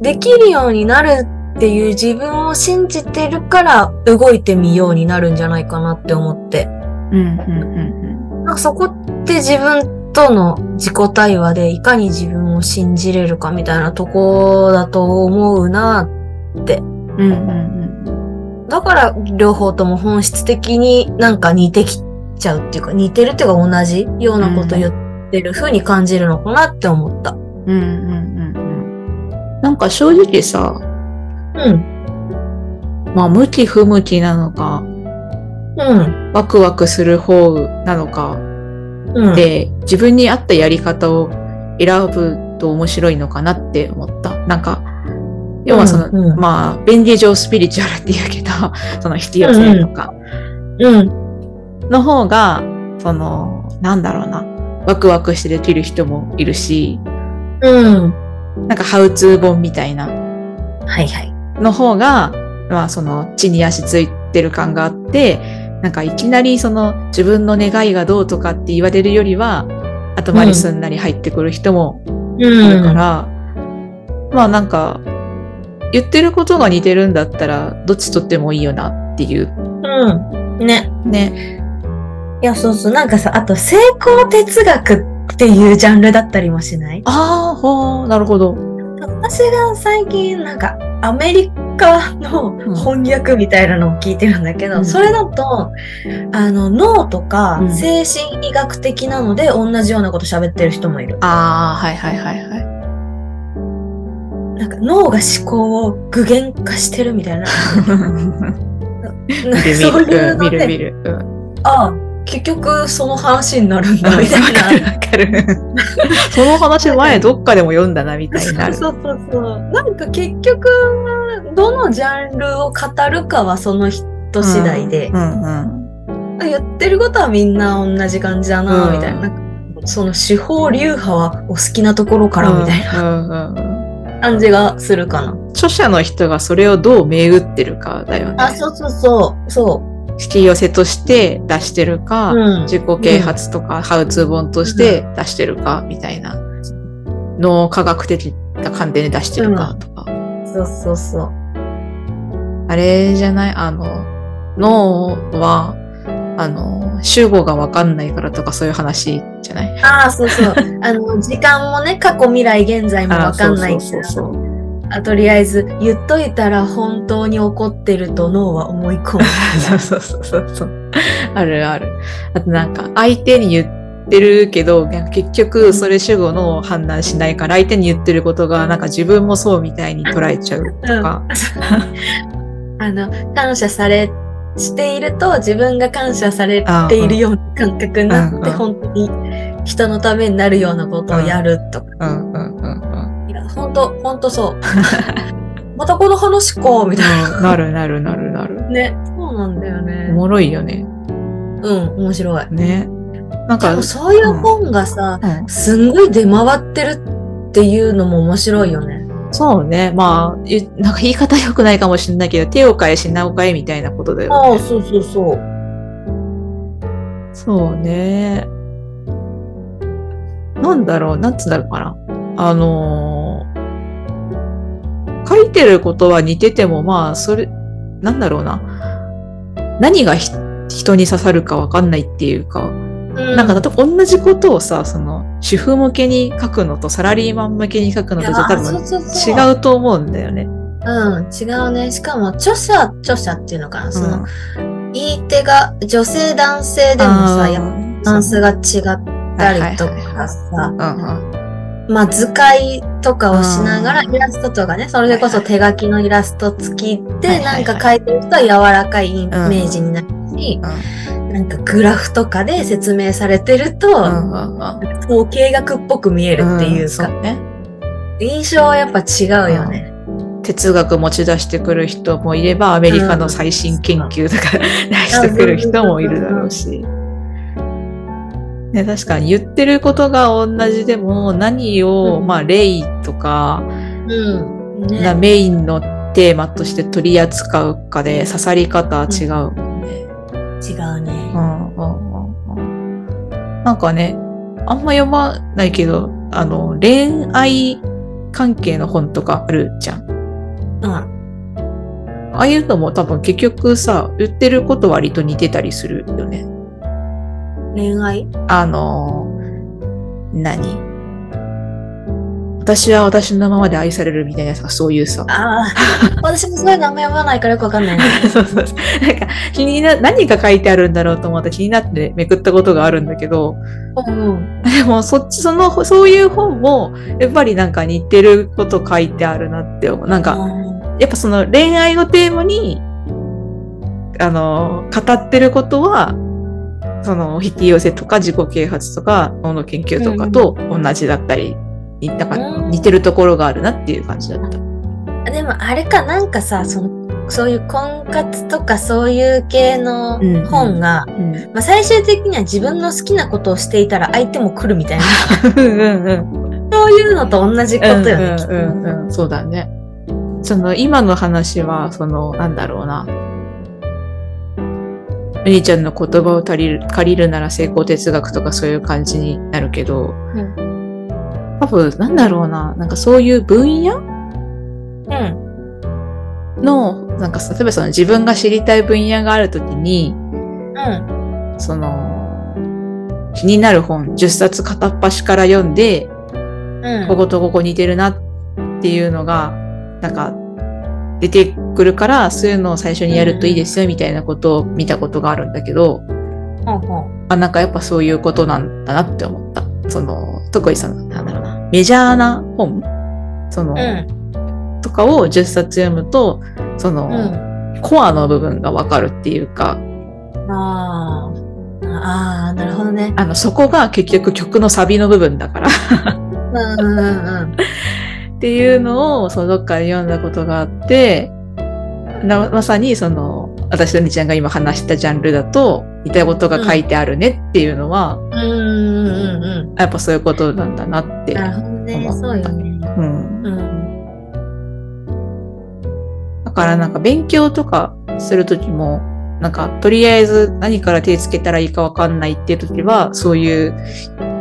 [SPEAKER 1] できるようになるっていう自分を信じてるから動いてみようになるんじゃないかなって思って。
[SPEAKER 2] うんうん
[SPEAKER 1] なんかそこって自分との自己対話でいかに自分を信じれるかみたいなとこだと思うな。
[SPEAKER 2] うんうんうん
[SPEAKER 1] だから両方とも本質的になんか似てきちゃうっていうか似てるっていうか同じようなこと言ってる風に感じるのかなって思った。
[SPEAKER 2] うんうんうんうんなんか正直さ、
[SPEAKER 1] うん。
[SPEAKER 2] まあ向き不向きなのか、
[SPEAKER 1] うん。
[SPEAKER 2] ワクワクする方なのか
[SPEAKER 1] うん、
[SPEAKER 2] で、自分に合ったやり方を選ぶと面白いのかなって思った。なんか、要はその、
[SPEAKER 1] うんうん
[SPEAKER 2] まあ、便利上スピリチュアルっていうけど、 その引き寄せとか
[SPEAKER 1] うん、
[SPEAKER 2] の方が、その、なんだろうな、ワクワクしてできる人もいるし、
[SPEAKER 1] うん。
[SPEAKER 2] なんかハウツー本みたいな
[SPEAKER 1] はいはい。
[SPEAKER 2] の方が、まあ、その、地に足ついてる感があって、なんかいきなりその自分の願いがどうとかって言われるよりは、後回りすんなり入ってくる人も
[SPEAKER 1] う
[SPEAKER 2] だから、まあなんか、言ってることが似てるんだったら、どっちとってもいいよなっていう。
[SPEAKER 1] うん。ね。
[SPEAKER 2] ね。
[SPEAKER 1] いや、そうそう。なんかさ、あと、成功哲学っていうジャンルだったりもしない
[SPEAKER 2] ああ、ほう、なるほど。
[SPEAKER 1] 私が最近、なんか、アメリカの
[SPEAKER 2] ん
[SPEAKER 1] 翻訳みたいなのを聞いてるんだけど、
[SPEAKER 2] うん
[SPEAKER 1] それだと、あの、脳とか
[SPEAKER 2] う、ん
[SPEAKER 1] 精神医学的なので、同じようなこと喋ってる人もいる。
[SPEAKER 2] ああ、はいはいはい はい。
[SPEAKER 1] なんか、脳が思考を具現化してるみたいな。なんかそう
[SPEAKER 2] 見る見
[SPEAKER 1] いう
[SPEAKER 2] る、
[SPEAKER 1] の
[SPEAKER 2] 見
[SPEAKER 1] で
[SPEAKER 2] る見る。うん
[SPEAKER 1] ああ、結局その話になるん
[SPEAKER 2] わ
[SPEAKER 1] だみたい
[SPEAKER 2] か
[SPEAKER 1] な
[SPEAKER 2] るわかる。 その話前どっかでも読んだなみたいにな る。
[SPEAKER 1] そうそうそう。なんか結局、どのジャンルを語るかはその人次第で
[SPEAKER 2] う、んうん。
[SPEAKER 1] 言ってることはみんな同じ感じだな、
[SPEAKER 2] うん
[SPEAKER 1] みたいな。なんかその手法流派はお好きなところからみたい
[SPEAKER 2] な、うんうんうん。
[SPEAKER 1] な感じがするかな。
[SPEAKER 2] 著者の人がそれをどう銘打ってるかだよね。
[SPEAKER 1] あ、そうそうそう。そ
[SPEAKER 2] 引き寄せとして出してるか、
[SPEAKER 1] う。うん。
[SPEAKER 2] 自己啓発とか、ハウツー本として出してるか、みたいな。脳科学的な観点で出してるかとか。
[SPEAKER 1] そうそうそう。
[SPEAKER 2] あれじゃないあの、脳は、あの、集合がわかんないからとかそういう話じゃない
[SPEAKER 1] ああ、そう そう。あの、時間もね、過去、未来、現在もわかんない
[SPEAKER 2] あ
[SPEAKER 1] か
[SPEAKER 2] そう
[SPEAKER 1] ら
[SPEAKER 2] そうそう
[SPEAKER 1] あとりあえず、言っといたら本当に怒ってると脳は思い込む。
[SPEAKER 2] そう。そうそうそうそう。あるある。あとなんか、相手に言ってるけど、結局それ主語の判断しないから、相手に言ってることが、なんか自分もそうみたいに捉えちゃうとか。
[SPEAKER 1] あの、感謝され、していると自分が感謝されているような感覚にな
[SPEAKER 2] う
[SPEAKER 1] っ
[SPEAKER 2] んう
[SPEAKER 1] て、
[SPEAKER 2] ん
[SPEAKER 1] 本当に人のためになるようなことをやるとか。
[SPEAKER 2] うんうんうんうん。
[SPEAKER 1] いや、本当本当そう。 またこの話か、みたい
[SPEAKER 2] うんなるなるなるなる。
[SPEAKER 1] な。ね。そうなんだよ
[SPEAKER 2] お
[SPEAKER 1] ね。
[SPEAKER 2] もろいよね。
[SPEAKER 1] うん、面白い。
[SPEAKER 2] ね。なん
[SPEAKER 1] で
[SPEAKER 2] か、
[SPEAKER 1] もそういう本がさ、
[SPEAKER 2] うん
[SPEAKER 1] すんごい出回ってるっていうのも面白いよね。
[SPEAKER 2] そうね。まあ、ゆなんか言い方良くないかもしれないけど、手を変え品を変えみたいなことだよね。
[SPEAKER 1] ああ、そうそうそう。
[SPEAKER 2] そうね。なんだろう、なんつうんだろうかな。あのー書いてることは似てても、まあ、それ、なんだろうな。何がひ人に刺さるかわかんないっていうか、なんか、例えば同じことをさ、その、主婦向けに書くのとサラリーマン向けに書くのとじゃ多分
[SPEAKER 1] 分う。
[SPEAKER 2] 違うと思うんだよね。
[SPEAKER 1] うん、違うね。しかも、著者、著者っていうのかな。その、
[SPEAKER 2] うん
[SPEAKER 1] 言い手が女性男性でも
[SPEAKER 2] あ
[SPEAKER 1] さ
[SPEAKER 2] ー
[SPEAKER 1] やっぱニュアンスが違ったりと
[SPEAKER 2] はいはい
[SPEAKER 1] かさ
[SPEAKER 2] はいはいうんうん
[SPEAKER 1] まあ図解とかをしながらイラストとかねそれこそ手書きのイラスト付き
[SPEAKER 2] は
[SPEAKER 1] で
[SPEAKER 2] いは
[SPEAKER 1] ないんか書いてる人は柔らかいイメージになるしなんかグラフとかで説明されてる
[SPEAKER 2] う
[SPEAKER 1] と
[SPEAKER 2] んうんうん
[SPEAKER 1] 統計学っぽく見えるってい
[SPEAKER 2] ん
[SPEAKER 1] う
[SPEAKER 2] そ
[SPEAKER 1] か
[SPEAKER 2] うね。
[SPEAKER 1] 印象はやっぱ違うよね。
[SPEAKER 2] 哲学持ち出してくる人もいれば、アメリカの最新研究とか出 してくる人もいるだろうし。ね、確かに言ってることが同じでも、何を、
[SPEAKER 1] うん
[SPEAKER 2] まあ、レイとか、
[SPEAKER 1] うん。ね。
[SPEAKER 2] なメインのテーマとして取り扱うかで、刺さり方は違うもんね。
[SPEAKER 1] 違う
[SPEAKER 2] う
[SPEAKER 1] ね。
[SPEAKER 2] んうんうんうんなんかね、あんま読まないけど、あの、恋愛関係の本とかあるじゃん。
[SPEAKER 1] うん。
[SPEAKER 2] ああいうのも多分結局さ、言ってること割と似てたりするよね。
[SPEAKER 1] 恋愛
[SPEAKER 2] あの、何私は私のままで愛されるみたいなさ、そうい うさ。
[SPEAKER 1] ああ。私もそういうのあんま読まないからよくわかんないな。
[SPEAKER 2] そうそうそうなんか気にな、何が書いてあるんだろうと思って気になってめくったことがあるんだけど、
[SPEAKER 1] うん。
[SPEAKER 2] でもそっちそのそういう本もやっぱりなんか似てること書いてあるなって思うなんか
[SPEAKER 1] うん
[SPEAKER 2] やっぱその恋愛をテーマにあの語ってることはその引き寄せとか自己啓発とか脳の研究とかと同じだったり、なんか
[SPEAKER 1] うん
[SPEAKER 2] 似てるところがあるなっていう感じだった。
[SPEAKER 1] でもあれかなんかさそのそういう婚活とかそういう系の
[SPEAKER 2] うんうん
[SPEAKER 1] 本が、
[SPEAKER 2] うん
[SPEAKER 1] まあ、最終的には自分の好きなことをしていたら相手も来るみたいな
[SPEAKER 2] うんうん
[SPEAKER 1] そういうのと同じことよね。きっと
[SPEAKER 2] うんうんうんうん、そうだね。その今の話は、そのなんだろうな。お兄ちゃんの言葉を借りる借りるなら成功哲学とかそういう感じになるけど、
[SPEAKER 1] う
[SPEAKER 2] 多分なんだろうな、なんかそういう分野
[SPEAKER 1] うん
[SPEAKER 2] の、なんか例えばその自分が知りたい分野があるときに、
[SPEAKER 1] うん
[SPEAKER 2] その、気になる本10冊片っ端から読んで、
[SPEAKER 1] うん
[SPEAKER 2] こことここ似てるなっていうのが、なんか、出てくるから、そういうのを最初にやるといいですよ、みたいなことを見たことがあるんだけど、
[SPEAKER 1] ほうほう
[SPEAKER 2] あ、なんかやっぱそういうことなんだなって思った。その、特にその、なんだろうな、メジャーな本その、
[SPEAKER 1] うん
[SPEAKER 2] とかを10冊読むと、その、
[SPEAKER 1] うん
[SPEAKER 2] コアの部分がわかるっていうか、
[SPEAKER 1] あーああ、なるほどね。
[SPEAKER 2] あの、そこが結局曲のサビの部分だから。
[SPEAKER 1] うんうんうん
[SPEAKER 2] っていうのをそのどっかで読んだことがあってなまさにその私とみちゃんが今話したジャンルだと似たことが書いてあるねっていうのは、
[SPEAKER 1] うん。うんうんう
[SPEAKER 2] やっぱそういうことなんだなって
[SPEAKER 1] ん。、なるほどね。そうよね。
[SPEAKER 2] うん、
[SPEAKER 1] うん。
[SPEAKER 2] だからなんか勉強とかする時もなんかとりあえず何から手つけたらいいかわかんないっていう時はそういう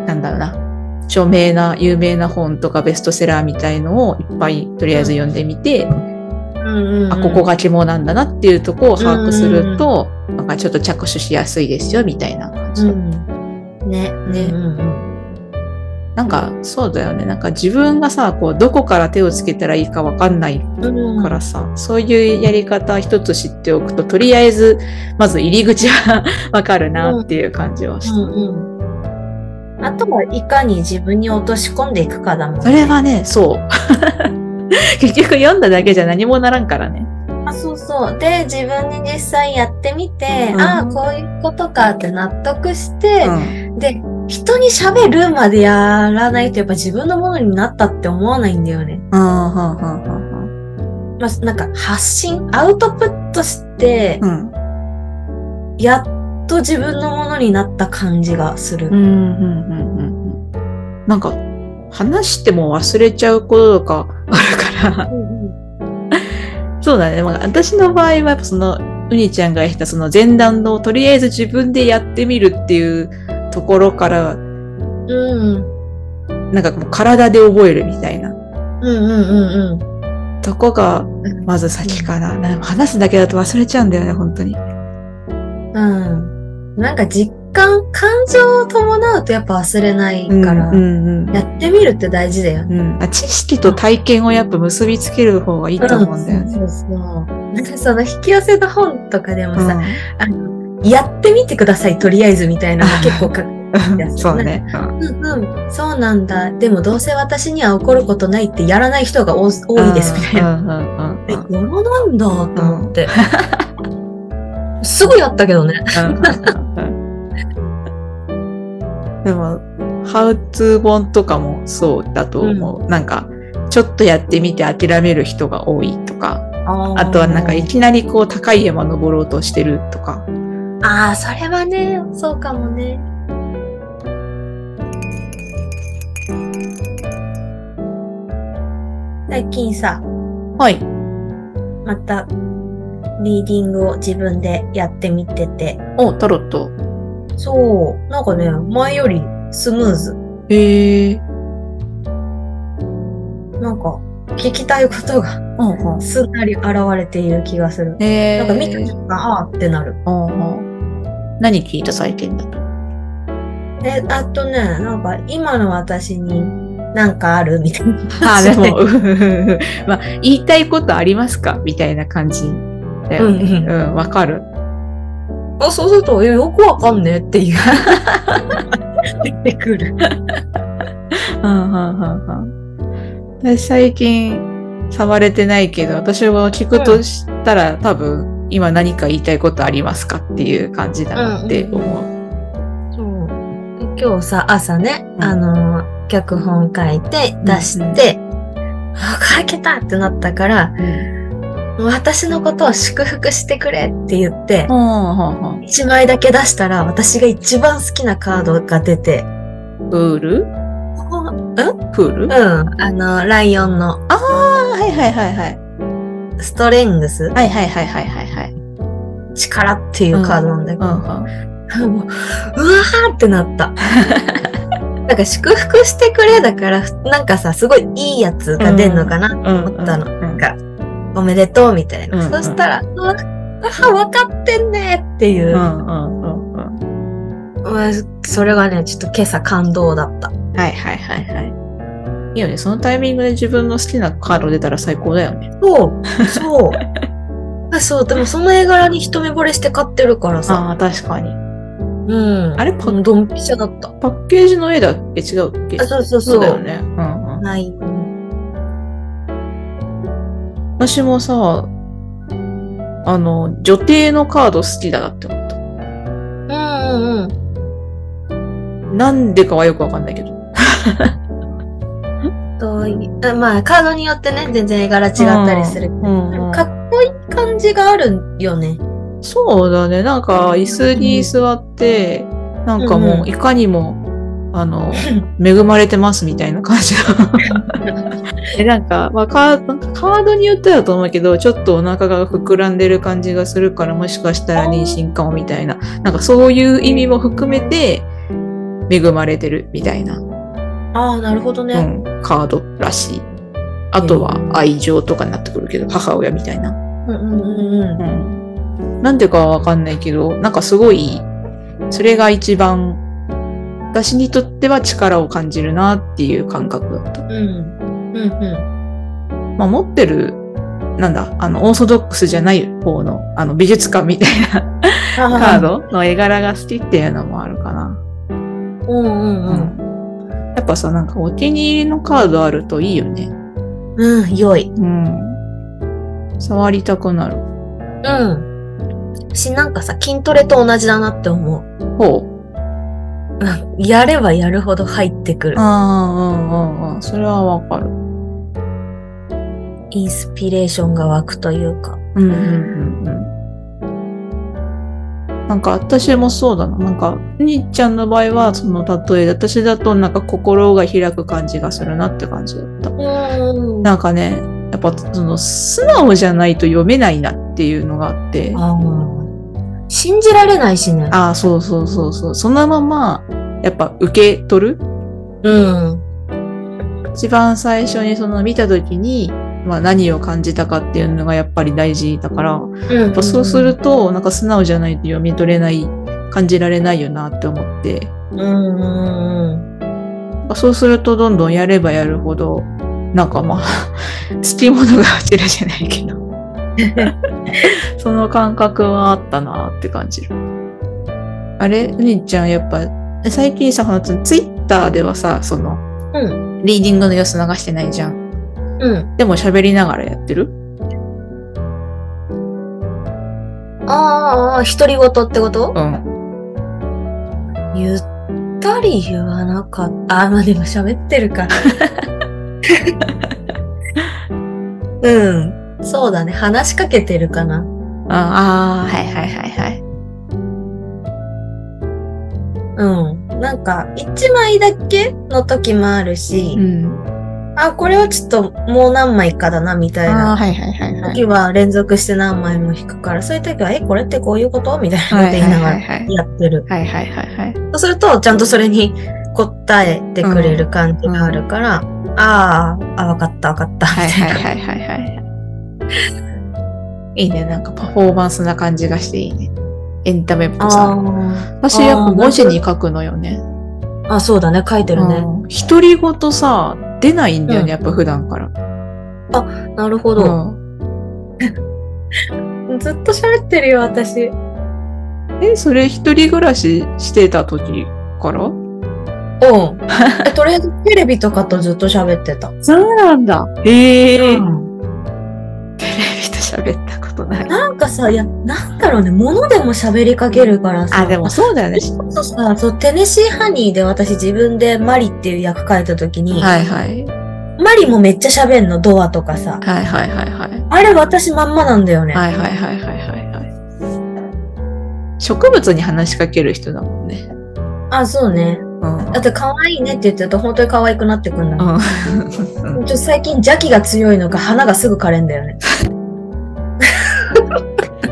[SPEAKER 2] なんだろうな著名な有名な本とかベストセラーみたいのをいっぱいとりあえず読んでみて、
[SPEAKER 1] うんうん、
[SPEAKER 2] あここが肝なんだなっていうとこを把握すると、なんかちょっと着手しやすいですよみたいな感じ、
[SPEAKER 1] うん。ね。
[SPEAKER 2] ね
[SPEAKER 1] うんうん
[SPEAKER 2] なんかそうだよねなんか自分がさこうどこから手をつけたらいいかわかんない
[SPEAKER 1] うん。
[SPEAKER 2] からさ、そういうやり方一つ知っておくととりあえずまず入り口は わかるなっていう感じはした、
[SPEAKER 1] うんうん。あとはいかに自分に落とし込んでいくかだもん、
[SPEAKER 2] それはねそう 結局読んだだけじゃ何もならんからね
[SPEAKER 1] あそうそう。で、自分に実際やってみて、
[SPEAKER 2] うん
[SPEAKER 1] ああ、こういうことかって納得して、で、人に喋るまでやらないとやっぱ自分のものになったって思わないんだよね。
[SPEAKER 2] うんはんはんはんはん
[SPEAKER 1] まあ、なんか発信、アウトプットして、
[SPEAKER 2] はん
[SPEAKER 1] やっと自分のものになった感じがする。
[SPEAKER 2] うんうんうんうんうん。なんか、話しても忘れちゃうこととかあるから、そうだね。まあ、私の場合は、やっぱその、うにちゃんが言ったその前段の、とりあえず自分でやってみるっていうところから、
[SPEAKER 1] うん。
[SPEAKER 2] なんかもう体で覚えるみたいな
[SPEAKER 1] うんうんうんうん。
[SPEAKER 2] とこが、まず先かな。なんか話すだけだと忘れちゃうんだよね、本当に。
[SPEAKER 1] うん。なんか実感、感情を伴うとやっぱ忘れないから、
[SPEAKER 2] うんうんうん
[SPEAKER 1] やってみるって大事だよね。
[SPEAKER 2] うん、あ知識と体験をやっぱ結びつける方がいいと思うんだよね。
[SPEAKER 1] そうそうそう。なんかその引き寄せの本とかでも
[SPEAKER 2] う
[SPEAKER 1] さ、やってみてください、とりあえずみたいなの結構書く。
[SPEAKER 2] んそうね。うん
[SPEAKER 1] うんうん、そうなんだ。でもどうせ私には怒ることないってやらない人が多多いですみたいな。
[SPEAKER 2] うんうんうんうん
[SPEAKER 1] え、やらないんだと思って。すぐやったけどね。
[SPEAKER 2] でも、ハウツー本とかもそうだと思う。なんか、ちょっとやってみて諦める人が多いとか、
[SPEAKER 1] あ
[SPEAKER 2] あとはなんかいきなりこう高い山登ろうとしてるとか。
[SPEAKER 1] ああ、それはね、そうかもね。最近さ、
[SPEAKER 2] はい。
[SPEAKER 1] また、リーディングを自分でやってみてて。
[SPEAKER 2] お、タロット。
[SPEAKER 1] そう、なんかね、前よりスムーズ。
[SPEAKER 2] へえ。
[SPEAKER 1] なんか、聞きたいことが
[SPEAKER 2] うんうん。
[SPEAKER 1] すんなり現れている気がする。
[SPEAKER 2] へえ。
[SPEAKER 1] なんか見た瞬間、ああってなる。
[SPEAKER 2] うんうん何聞いた最近だと。
[SPEAKER 1] え、あとね、なんか今の私になんかあるみたいな。
[SPEAKER 2] あー、で も、うふふふまあ、言いたいことありますかみたいな感じ だ
[SPEAKER 1] う
[SPEAKER 2] よ
[SPEAKER 1] ん
[SPEAKER 2] ね。
[SPEAKER 1] うん。
[SPEAKER 2] うん、わかる。
[SPEAKER 1] あ、そうすると、えよくわかんねえっていう。出てくる。
[SPEAKER 2] うんうんうんうん私最近触れてないけど、私は聞くとしたら、多分今何か言いたいことありますかっていう感じだなって思う。
[SPEAKER 1] そう。今日さ、朝ね、
[SPEAKER 2] うん
[SPEAKER 1] あのー、脚本書いて、出して、あ、書けたってなったから、私のことを祝福してくれって言って、
[SPEAKER 2] うんうんうん
[SPEAKER 1] 一枚だけ出したら、私が一番好きなカードが出て、
[SPEAKER 2] プールプール、
[SPEAKER 1] うん、
[SPEAKER 2] あ
[SPEAKER 1] あの、ライオンの
[SPEAKER 2] あ、はいはいはいはい。
[SPEAKER 1] ストレングス、
[SPEAKER 2] はいはいはいはいはいはい。
[SPEAKER 1] 力っていうカードなんだけ
[SPEAKER 2] う
[SPEAKER 1] ど、
[SPEAKER 2] んうん
[SPEAKER 1] もう、うわーってな った。なんか祝福してくれだから、なんかさ、すごいいいやつが出んのかな、
[SPEAKER 2] うん
[SPEAKER 1] 思ったの
[SPEAKER 2] うん
[SPEAKER 1] なんか、おめでとうみたいな。
[SPEAKER 2] うんうん
[SPEAKER 1] そしたら、うわ、うわ分かってんねっていうう、
[SPEAKER 2] んうんうんうん
[SPEAKER 1] うわそれがね、ちょっと今朝感動だった。
[SPEAKER 2] はいはいはいはい。いいよね。そのタイミングで自分の好きなカード出たら最高だよね。
[SPEAKER 1] そう、 そう。あそう、でもその絵柄に一目惚れして買ってるからさ。
[SPEAKER 2] ああ、確かに。
[SPEAKER 1] うん。
[SPEAKER 2] あれ
[SPEAKER 1] ポンドンピシャだった。
[SPEAKER 2] パッケージの絵だっけ違うっけ
[SPEAKER 1] あ、そうそうそう。
[SPEAKER 2] そうだよね。うんうん。
[SPEAKER 1] ない。
[SPEAKER 2] 私もさ、あの、女帝のカード好きだなって思った。
[SPEAKER 1] うんうんうん。
[SPEAKER 2] なんでかはよくわかんないけど。
[SPEAKER 1] とあまあカードによってね全然絵柄違ったりするけど、
[SPEAKER 2] うんうん
[SPEAKER 1] かっこいい感じがあるよね
[SPEAKER 2] そうだね。なんか、椅子に座って、なんか
[SPEAKER 1] うんう
[SPEAKER 2] もう、いかにも、あの、恵まれてますみたいな感じのえ、なんか、まあ、カード、カードによってだと思うけど、ちょっとお腹が膨らんでる感じがするから、もしかしたら妊娠かもみたいな、なんかそういう意味も含めて、恵まれてるみたいな、
[SPEAKER 1] ああなるほど
[SPEAKER 2] う
[SPEAKER 1] ね、
[SPEAKER 2] ん、カードらしい。あとは愛情とかになってくるけど、母親みたいな。
[SPEAKER 1] うん、うんうんうん
[SPEAKER 2] うんなんでかはわかんないけど、なんかすごい、それが一番、私にとっては力を感じるなっていう感覚だった。
[SPEAKER 1] うんうんうん
[SPEAKER 2] まあ、持ってる、なんだ、あの、オーソドックスじゃない方の、あの、美術館みたいなカードの絵柄が好きっていうのもあるかな。
[SPEAKER 1] うんうんうん
[SPEAKER 2] やっぱさ、なんかお気に入りのカードあるといいよね。
[SPEAKER 1] うん良い
[SPEAKER 2] うん。触りたくなる。
[SPEAKER 1] うんしなんかさ筋トレと同じだなって思う
[SPEAKER 2] ほう。
[SPEAKER 1] なんかやればやるほど入ってくる
[SPEAKER 2] ああ、うんうんうん。それはわかる。
[SPEAKER 1] インスピレーションが湧くというか
[SPEAKER 2] うんうんうんうん。なんか私もそうだな。なんか、兄ちゃんの場合は、その例え、私だとなんか心が開く感じがするなって感じだった。
[SPEAKER 1] うん
[SPEAKER 2] なんかね、やっぱその素直じゃないと読めないなっていうのがあって、
[SPEAKER 1] あー信じられないしね
[SPEAKER 2] ああ、そうそうそうそう。そのまま、やっぱ受け取る
[SPEAKER 1] うん
[SPEAKER 2] 一番最初にその見た時に、まあ何を感じたかっていうのがやっぱり大事だから、
[SPEAKER 1] や
[SPEAKER 2] やっぱそうすると、なんか素直じゃないと読み取れない、感じられないよなって思って、
[SPEAKER 1] うんうんうん
[SPEAKER 2] やっぱそうするとどんどんやればやるほど、なんかまあ、 つきものが落ちるじゃないけ ど。その感覚はあったなって感じる。あれうにちゃん、やっぱ、え最近さ、ほらツイッターではさ、その、
[SPEAKER 1] うん
[SPEAKER 2] リーディングの様子流してないじゃん。
[SPEAKER 1] うん
[SPEAKER 2] でも喋りながらやってる
[SPEAKER 1] あーあー独り言ってこと
[SPEAKER 2] うん。
[SPEAKER 1] ゆったり言わなかったあーまあでも喋ってる かうんそうだね話しかけてるかな
[SPEAKER 2] ああー、はいはいはいはい。
[SPEAKER 1] うん。なんか、一枚だけの時もあるし、
[SPEAKER 2] うん。
[SPEAKER 1] あ、これはちょっともう何枚かだな、みたい
[SPEAKER 2] ああー、
[SPEAKER 1] な。
[SPEAKER 2] はいはいはいはい。
[SPEAKER 1] 時は連続して何枚も引くから、そういう時は、え、これってこういうことみたいなこと
[SPEAKER 2] はい
[SPEAKER 1] 言い
[SPEAKER 2] はい
[SPEAKER 1] なが
[SPEAKER 2] は
[SPEAKER 1] ら
[SPEAKER 2] いはい。
[SPEAKER 1] やってる。
[SPEAKER 2] はいはいはいはい。
[SPEAKER 1] そうすると、ちゃんとそれに答えてくれる感じがあるから、あーあ、わかったわかった、み
[SPEAKER 2] はい
[SPEAKER 1] たいな。
[SPEAKER 2] はいはいはいはい。いいね、なんかパフォーマンスな感じがしていいね。エンタメっぽ
[SPEAKER 1] あ
[SPEAKER 2] さ。私やっ
[SPEAKER 1] あ
[SPEAKER 2] ぱ
[SPEAKER 1] ー
[SPEAKER 2] 文字に書くのよね。
[SPEAKER 1] ーあ、そうだね、書いてるね。
[SPEAKER 2] うん独り言さ、出ないんだよね、
[SPEAKER 1] うん
[SPEAKER 2] やっぱ普段から。
[SPEAKER 1] なるほど。
[SPEAKER 2] う
[SPEAKER 1] ずっと喋ってるよ、私。
[SPEAKER 2] ん、え、それ一人暮らししてた時から
[SPEAKER 1] うん。えとりあえずテレビとかとずっと喋ってた。
[SPEAKER 2] そうなんだ。へえ。テレビ
[SPEAKER 1] うん
[SPEAKER 2] と喋ったことない。
[SPEAKER 1] なんかさ、いや、なんだろうね、物でも喋りかけるからさ。
[SPEAKER 2] あ、でもそうだよね。
[SPEAKER 1] それこそさ、そう、テネシーハニーで私自分でマリっていう役書いた時に、
[SPEAKER 2] はいはい。
[SPEAKER 1] マリもめっちゃ喋んの、ドアとかさ。
[SPEAKER 2] はいはいはいはい。
[SPEAKER 1] あれ私まんまなんだよね。
[SPEAKER 2] はいはいはいはいはいはい。植物に話しかける人だもんね。
[SPEAKER 1] あ、そうね。
[SPEAKER 2] うん
[SPEAKER 1] だって可愛いねって言ってると本当に可愛くなってくんだ。
[SPEAKER 2] う
[SPEAKER 1] ちょっ
[SPEAKER 2] ん
[SPEAKER 1] と最近邪気が強いのか花がすぐ枯れんだよね。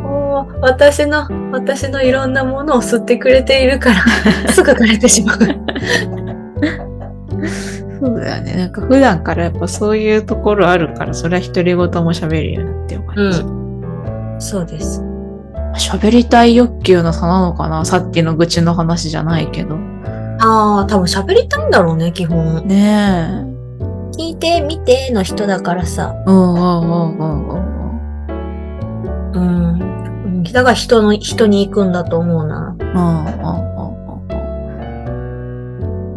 [SPEAKER 1] もう私の、私のいろんなものを吸ってくれている から、すぐ枯れてしまう。
[SPEAKER 2] そうだよね。なんか普段からやっぱそういうところあるから、それは独り言も喋るようになってよかった。
[SPEAKER 1] うん。そうです。
[SPEAKER 2] 喋りたい欲求の差なのかなさっきの愚痴の話じゃないけど。
[SPEAKER 1] ああ、多分喋りたいんだろうね、基本。
[SPEAKER 2] ねえ。
[SPEAKER 1] 聞いて、見ての人だからさ。
[SPEAKER 2] うんうんうんうんうん
[SPEAKER 1] うん。うんだから人の、人に行くんだと思うな。
[SPEAKER 2] うん。うんうんうんう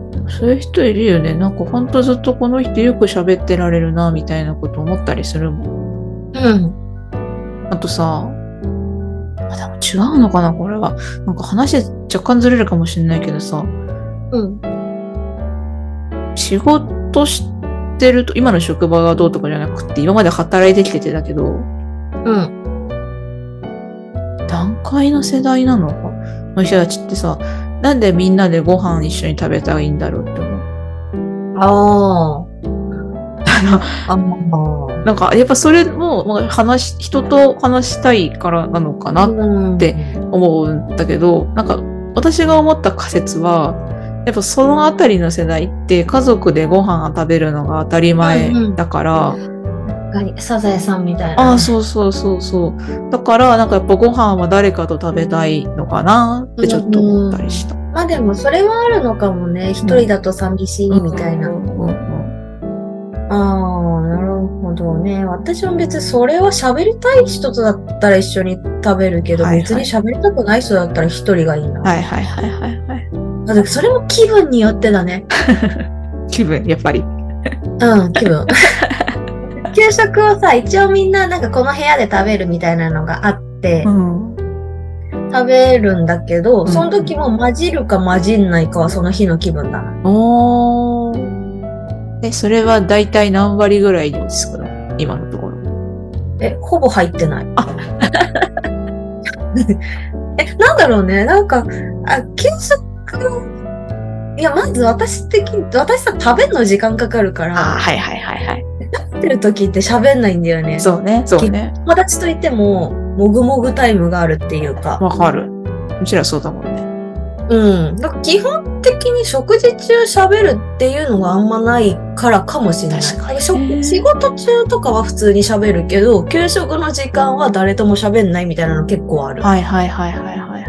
[SPEAKER 2] んうん。そういう人いるよね。なんかほんとずっとこの人よく喋ってられるな、みたいなこと思ったりするもん。
[SPEAKER 1] うん。
[SPEAKER 2] あとさ、あ、でも違うのかな、これは。なんか話若干ずれるかもしれないけどさ、
[SPEAKER 1] うん。
[SPEAKER 2] 仕事してると、今の職場がどうとかじゃなくて、今まで働いてきててだけど、
[SPEAKER 1] うん。
[SPEAKER 2] 段階の世代なのかの人たちってさ、なんでみんなでご飯一緒に食べたらいいんだろうって思う。
[SPEAKER 1] あ
[SPEAKER 2] あの、
[SPEAKER 1] あ。ああ。
[SPEAKER 2] なんか、やっぱそれも、まあ話し、人と話したいからなのかな
[SPEAKER 1] っ
[SPEAKER 2] って。思うんだけど、なんか、私が思った仮説は、やっぱそのあたりの世代って家族でご飯を食べるのが当たり前だから、
[SPEAKER 1] サザエさんみたいな。
[SPEAKER 2] ああ、そうそうそうそう。だから、なんかやっぱご飯は誰かと食べたいのかなってちょっと思ったりした。
[SPEAKER 1] まあでもそれはあるのかもね。一人だと寂しいみたいな。
[SPEAKER 2] うんうんうん
[SPEAKER 1] ああ、なるほどね。私も別にそれは喋りたい人とだったら一緒に食べるけど、
[SPEAKER 2] はいはい
[SPEAKER 1] 別に喋りたくない人だったら一人がいいな。
[SPEAKER 2] はいはいはいはいはい。
[SPEAKER 1] だからそれも気分によってだね。
[SPEAKER 2] 気分、やっぱり。
[SPEAKER 1] うん、気 分。給食をさ、一応みんななんかこの部屋で食べるみたいなのがあって、
[SPEAKER 2] ん。
[SPEAKER 1] 食べるんだけど、
[SPEAKER 2] ん
[SPEAKER 1] その時も混じるか混じんないかはその日の気分だな。
[SPEAKER 2] おー。え、それは大体何割ぐらいに落ち着くの今のところ。
[SPEAKER 1] え、ほぼ入ってない。
[SPEAKER 2] あ
[SPEAKER 1] え、なんだろうね。なんか、あ、給食、いや、まず私的に、私さ、食べるの時間かかるから、
[SPEAKER 2] はいはいはいはい。
[SPEAKER 1] 食べてる時って喋んないんだよね。
[SPEAKER 2] そうね、そうね。
[SPEAKER 1] 友達といても、もぐもぐタイムがあるっていうか。
[SPEAKER 2] わかる。うちらそうだもんね。
[SPEAKER 1] うん。だから基本的に食事中喋るっていうのがあんまないからかもしれない。
[SPEAKER 2] 確かにね
[SPEAKER 1] 食仕事中とかは普通に喋るけど、給食の時間は誰とも喋んないみたいなの結構ある。
[SPEAKER 2] はいはいはいはいはい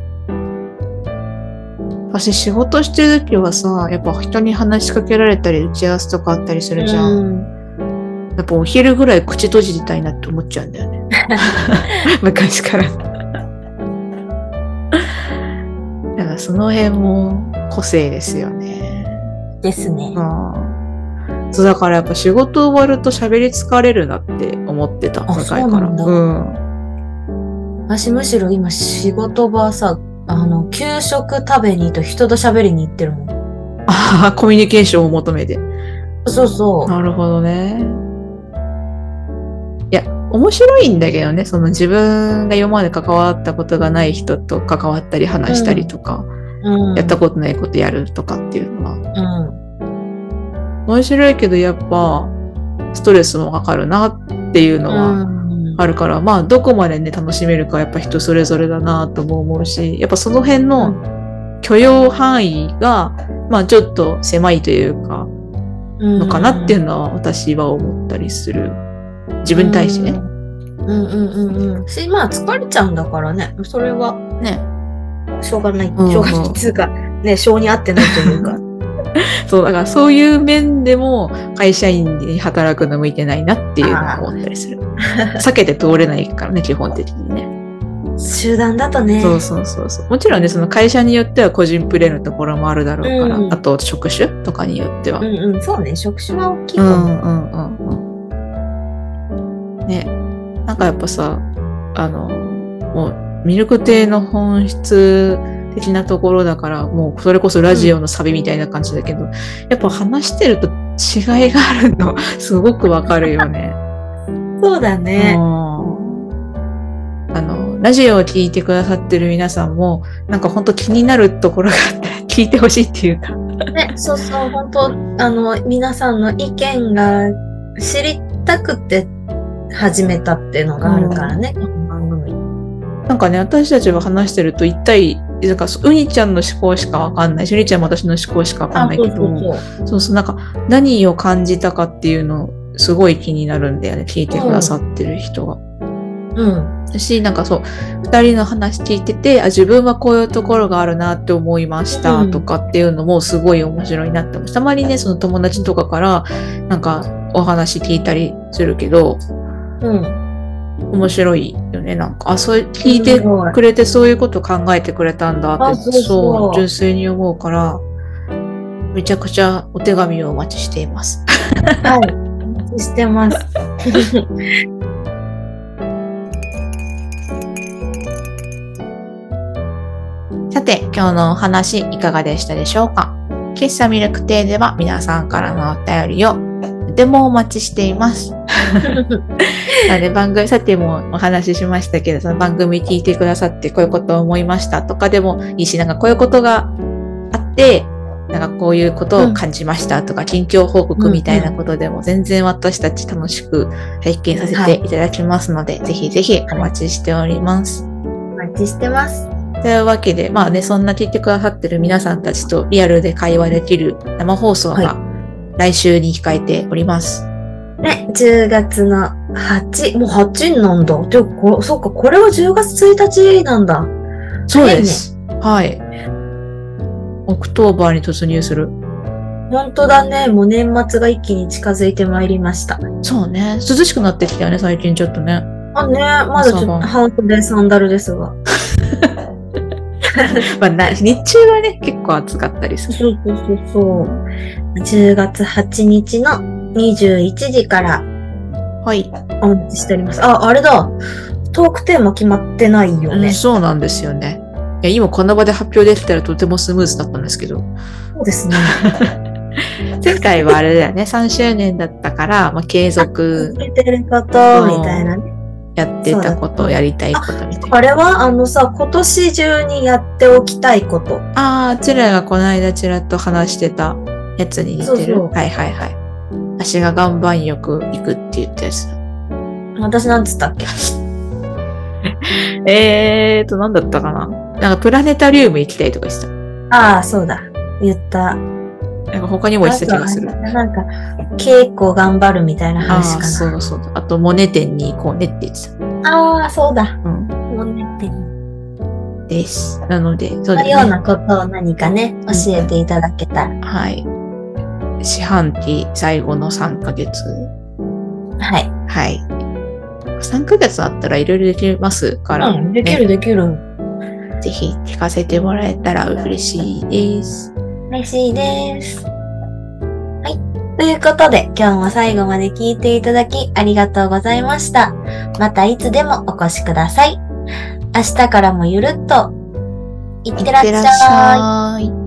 [SPEAKER 2] はい。私仕事してる時はさ、やっぱ人に話しかけられたり打ち合わせとかあったりするじゃん。
[SPEAKER 1] うん
[SPEAKER 2] やっぱお昼ぐらい口閉じてたいなって思っちゃうんだよね。昔から。だからその辺も個性ですよね。
[SPEAKER 1] ですね。
[SPEAKER 2] うんそうだからやっぱ仕事終わると喋り疲れるなって思ってた
[SPEAKER 1] あ
[SPEAKER 2] 向かいから
[SPEAKER 1] そうなんだ
[SPEAKER 2] うん
[SPEAKER 1] 私むしろ今仕事場さ、あの、給食食べにと人と喋りに行ってるもん。
[SPEAKER 2] ああコミュニケーションを求めて
[SPEAKER 1] そうそう。
[SPEAKER 2] なるほどねいや面白いんだけどねその自分が今まで関わったことがない人と関わったり話したりとか、
[SPEAKER 1] うん、
[SPEAKER 2] やったことないことやるとかっていうのは
[SPEAKER 1] うん。
[SPEAKER 2] 面白いけどやっぱストレスもかかるなっていうのは
[SPEAKER 1] うん
[SPEAKER 2] あるから、まあどこまでね楽しめるかはやっぱ人それぞれだなとも思うしやっぱその辺の許容範囲がまあちょっと狭いというかのかなっていうのは私は思ったりする自分に対してね。
[SPEAKER 1] うんうんうんうん。し、まあ疲れちゃうんだからね。それは
[SPEAKER 2] ね
[SPEAKER 1] しょうがない。し
[SPEAKER 2] うん
[SPEAKER 1] ょうがないっていうか、ね、性に合ってないと いうか。
[SPEAKER 2] そうだからそういう面でも会社員に働くの向いてないなっていうのは思ったり する避けて通れないからね基本的にね
[SPEAKER 1] 集団だとね。
[SPEAKER 2] そうそうそうそうもちろんねその会社によっては個人プレーのところもあるだろうから、
[SPEAKER 1] うん
[SPEAKER 2] あと職種とかによっては
[SPEAKER 1] うんうん、そうね。職種は大きいと
[SPEAKER 2] う
[SPEAKER 1] 思う。
[SPEAKER 2] んうんうんうん。ね、なんかやっぱさ、あの、もうミルクテの本質的なところだから、もうそれこそラジオのサビみたいな感じだけど、やっぱ話してると違いがあるの、 すごくわかるよね。
[SPEAKER 1] そうだ
[SPEAKER 2] う
[SPEAKER 1] ね。
[SPEAKER 2] んあの、ラジオを聞いてくださってる皆さんも、なんかほんと気になるところがあって、聞いてほしいっていうか。
[SPEAKER 1] ね、そうそう、本当あの、皆さんの意見が知りたくて始めたっていうのがあるからね、この番組。
[SPEAKER 2] なんかね、私たちは話してると一対、なんか、うにちゃんの思考しかわかんないし、うにちゃんも私の思考しかわかんないけど、そうそう
[SPEAKER 1] う。
[SPEAKER 2] なんか、何を感じたかっていうの、すごい気になるんだよね、聞いてくださってる人が。
[SPEAKER 1] うん。
[SPEAKER 2] 私、なんかそう、二人の話聞いてて、あ、自分はこういうところがあるなって思いました
[SPEAKER 1] うん
[SPEAKER 2] とかっていうのもすごい面白いなって思う。たまにね、その友達とかから、なんか、お話聞いたりするけど、
[SPEAKER 1] うん。
[SPEAKER 2] 面白いよね、なんか。あ、そう、聞いて
[SPEAKER 1] すごい
[SPEAKER 2] くれてそういうこと考えてくれたんだっ
[SPEAKER 1] あ
[SPEAKER 2] て
[SPEAKER 1] そうそう
[SPEAKER 2] 純粋に思うからめちゃくちゃお手紙をお待ちしています。
[SPEAKER 1] はい。してます。
[SPEAKER 2] さて、今日のお話いかがでしたでしょうか喫茶ミルク亭では皆さんからのお便りをとてもお待ちしています。なので番組、さてもお話ししましたけど、その番組聞いてくださってこういうことを思いましたとかでもいいし、なんかこういうことがあって、なんかこういうことを感じましたとか、近況報告みたいなことでも全然私たち楽しく拝見させていただきますので、ぜひぜひお待ちしております。
[SPEAKER 1] お待ちしてます。
[SPEAKER 2] というわけで、まあね、そんな聞いてくださってる皆さんたちとリアルで会話できる生放送が来週に控えております。
[SPEAKER 1] ね、10月の8、もう8なんだ。てかこ、そっか、これは10月1日なんだ。
[SPEAKER 2] そうです。はい。オクトーバーに突入する。
[SPEAKER 1] 本当だね、もう年末が一気に近づいてまいりました。
[SPEAKER 2] そうね。涼しくなってきたよね、最近ちょっとね。
[SPEAKER 1] あ、ね、まだちょっ
[SPEAKER 2] そう
[SPEAKER 1] と
[SPEAKER 2] だ
[SPEAKER 1] 半袖サンダルですが。
[SPEAKER 2] まあ、な日中はね、結構暑かったりする。
[SPEAKER 1] そうそうそうそう。10月8日の21時から
[SPEAKER 2] はい。
[SPEAKER 1] お待ちしております。あ、あれだ。トークテーマ決まってないよ
[SPEAKER 2] う
[SPEAKER 1] ね
[SPEAKER 2] ん。そうなんですよね。いや、今この場で発表できたらとてもスムーズだったんですけど。
[SPEAKER 1] そうですね。
[SPEAKER 2] 前回はあれだよね、3周年だったから、まあ、継続
[SPEAKER 1] 続けてること、みたいなね。
[SPEAKER 2] やってたことをやりたいことみたいな。
[SPEAKER 1] あれは、あのさ、今年中にやっておきたいこと。
[SPEAKER 2] ああ、チラがこの間チラッと話してたやつに似てる。
[SPEAKER 1] そうそう
[SPEAKER 2] はいはいはい。私が岩盤浴行くって言ったやつ。
[SPEAKER 1] 私なんつったっけ
[SPEAKER 2] えーと、なんだったかな。なんかプラネタリウム行きたいとかした。
[SPEAKER 1] ああ、そうだ。言った。
[SPEAKER 2] なんか他にも言ってた気がする。
[SPEAKER 1] なんか、稽古頑張るみたいな
[SPEAKER 2] ああ
[SPEAKER 1] 話
[SPEAKER 2] ー、そ
[SPEAKER 1] か
[SPEAKER 2] うだそうだ。あと、モネ店に行こうねって言ってた。
[SPEAKER 1] な。ああ、そうだ。
[SPEAKER 2] うん。
[SPEAKER 1] もうねって
[SPEAKER 2] です。なので、そう
[SPEAKER 1] そ
[SPEAKER 2] だ
[SPEAKER 1] のよう
[SPEAKER 2] ね。
[SPEAKER 1] なことを何かね、教えていただけたら。
[SPEAKER 2] はい。四半期最後の3ヶ月。
[SPEAKER 1] はい。
[SPEAKER 2] はい。3ヶ月あったらいろいろできますから、
[SPEAKER 1] で
[SPEAKER 2] き
[SPEAKER 1] るできる。
[SPEAKER 2] ぜひ聞かせてもらえたら嬉しいです。
[SPEAKER 1] 嬉しいです。はい。ということで、今日も最後まで聞いていただきありがとうございました。またいつでもお越しください。明日からもゆるっと、いってらっしゃい。
[SPEAKER 2] い。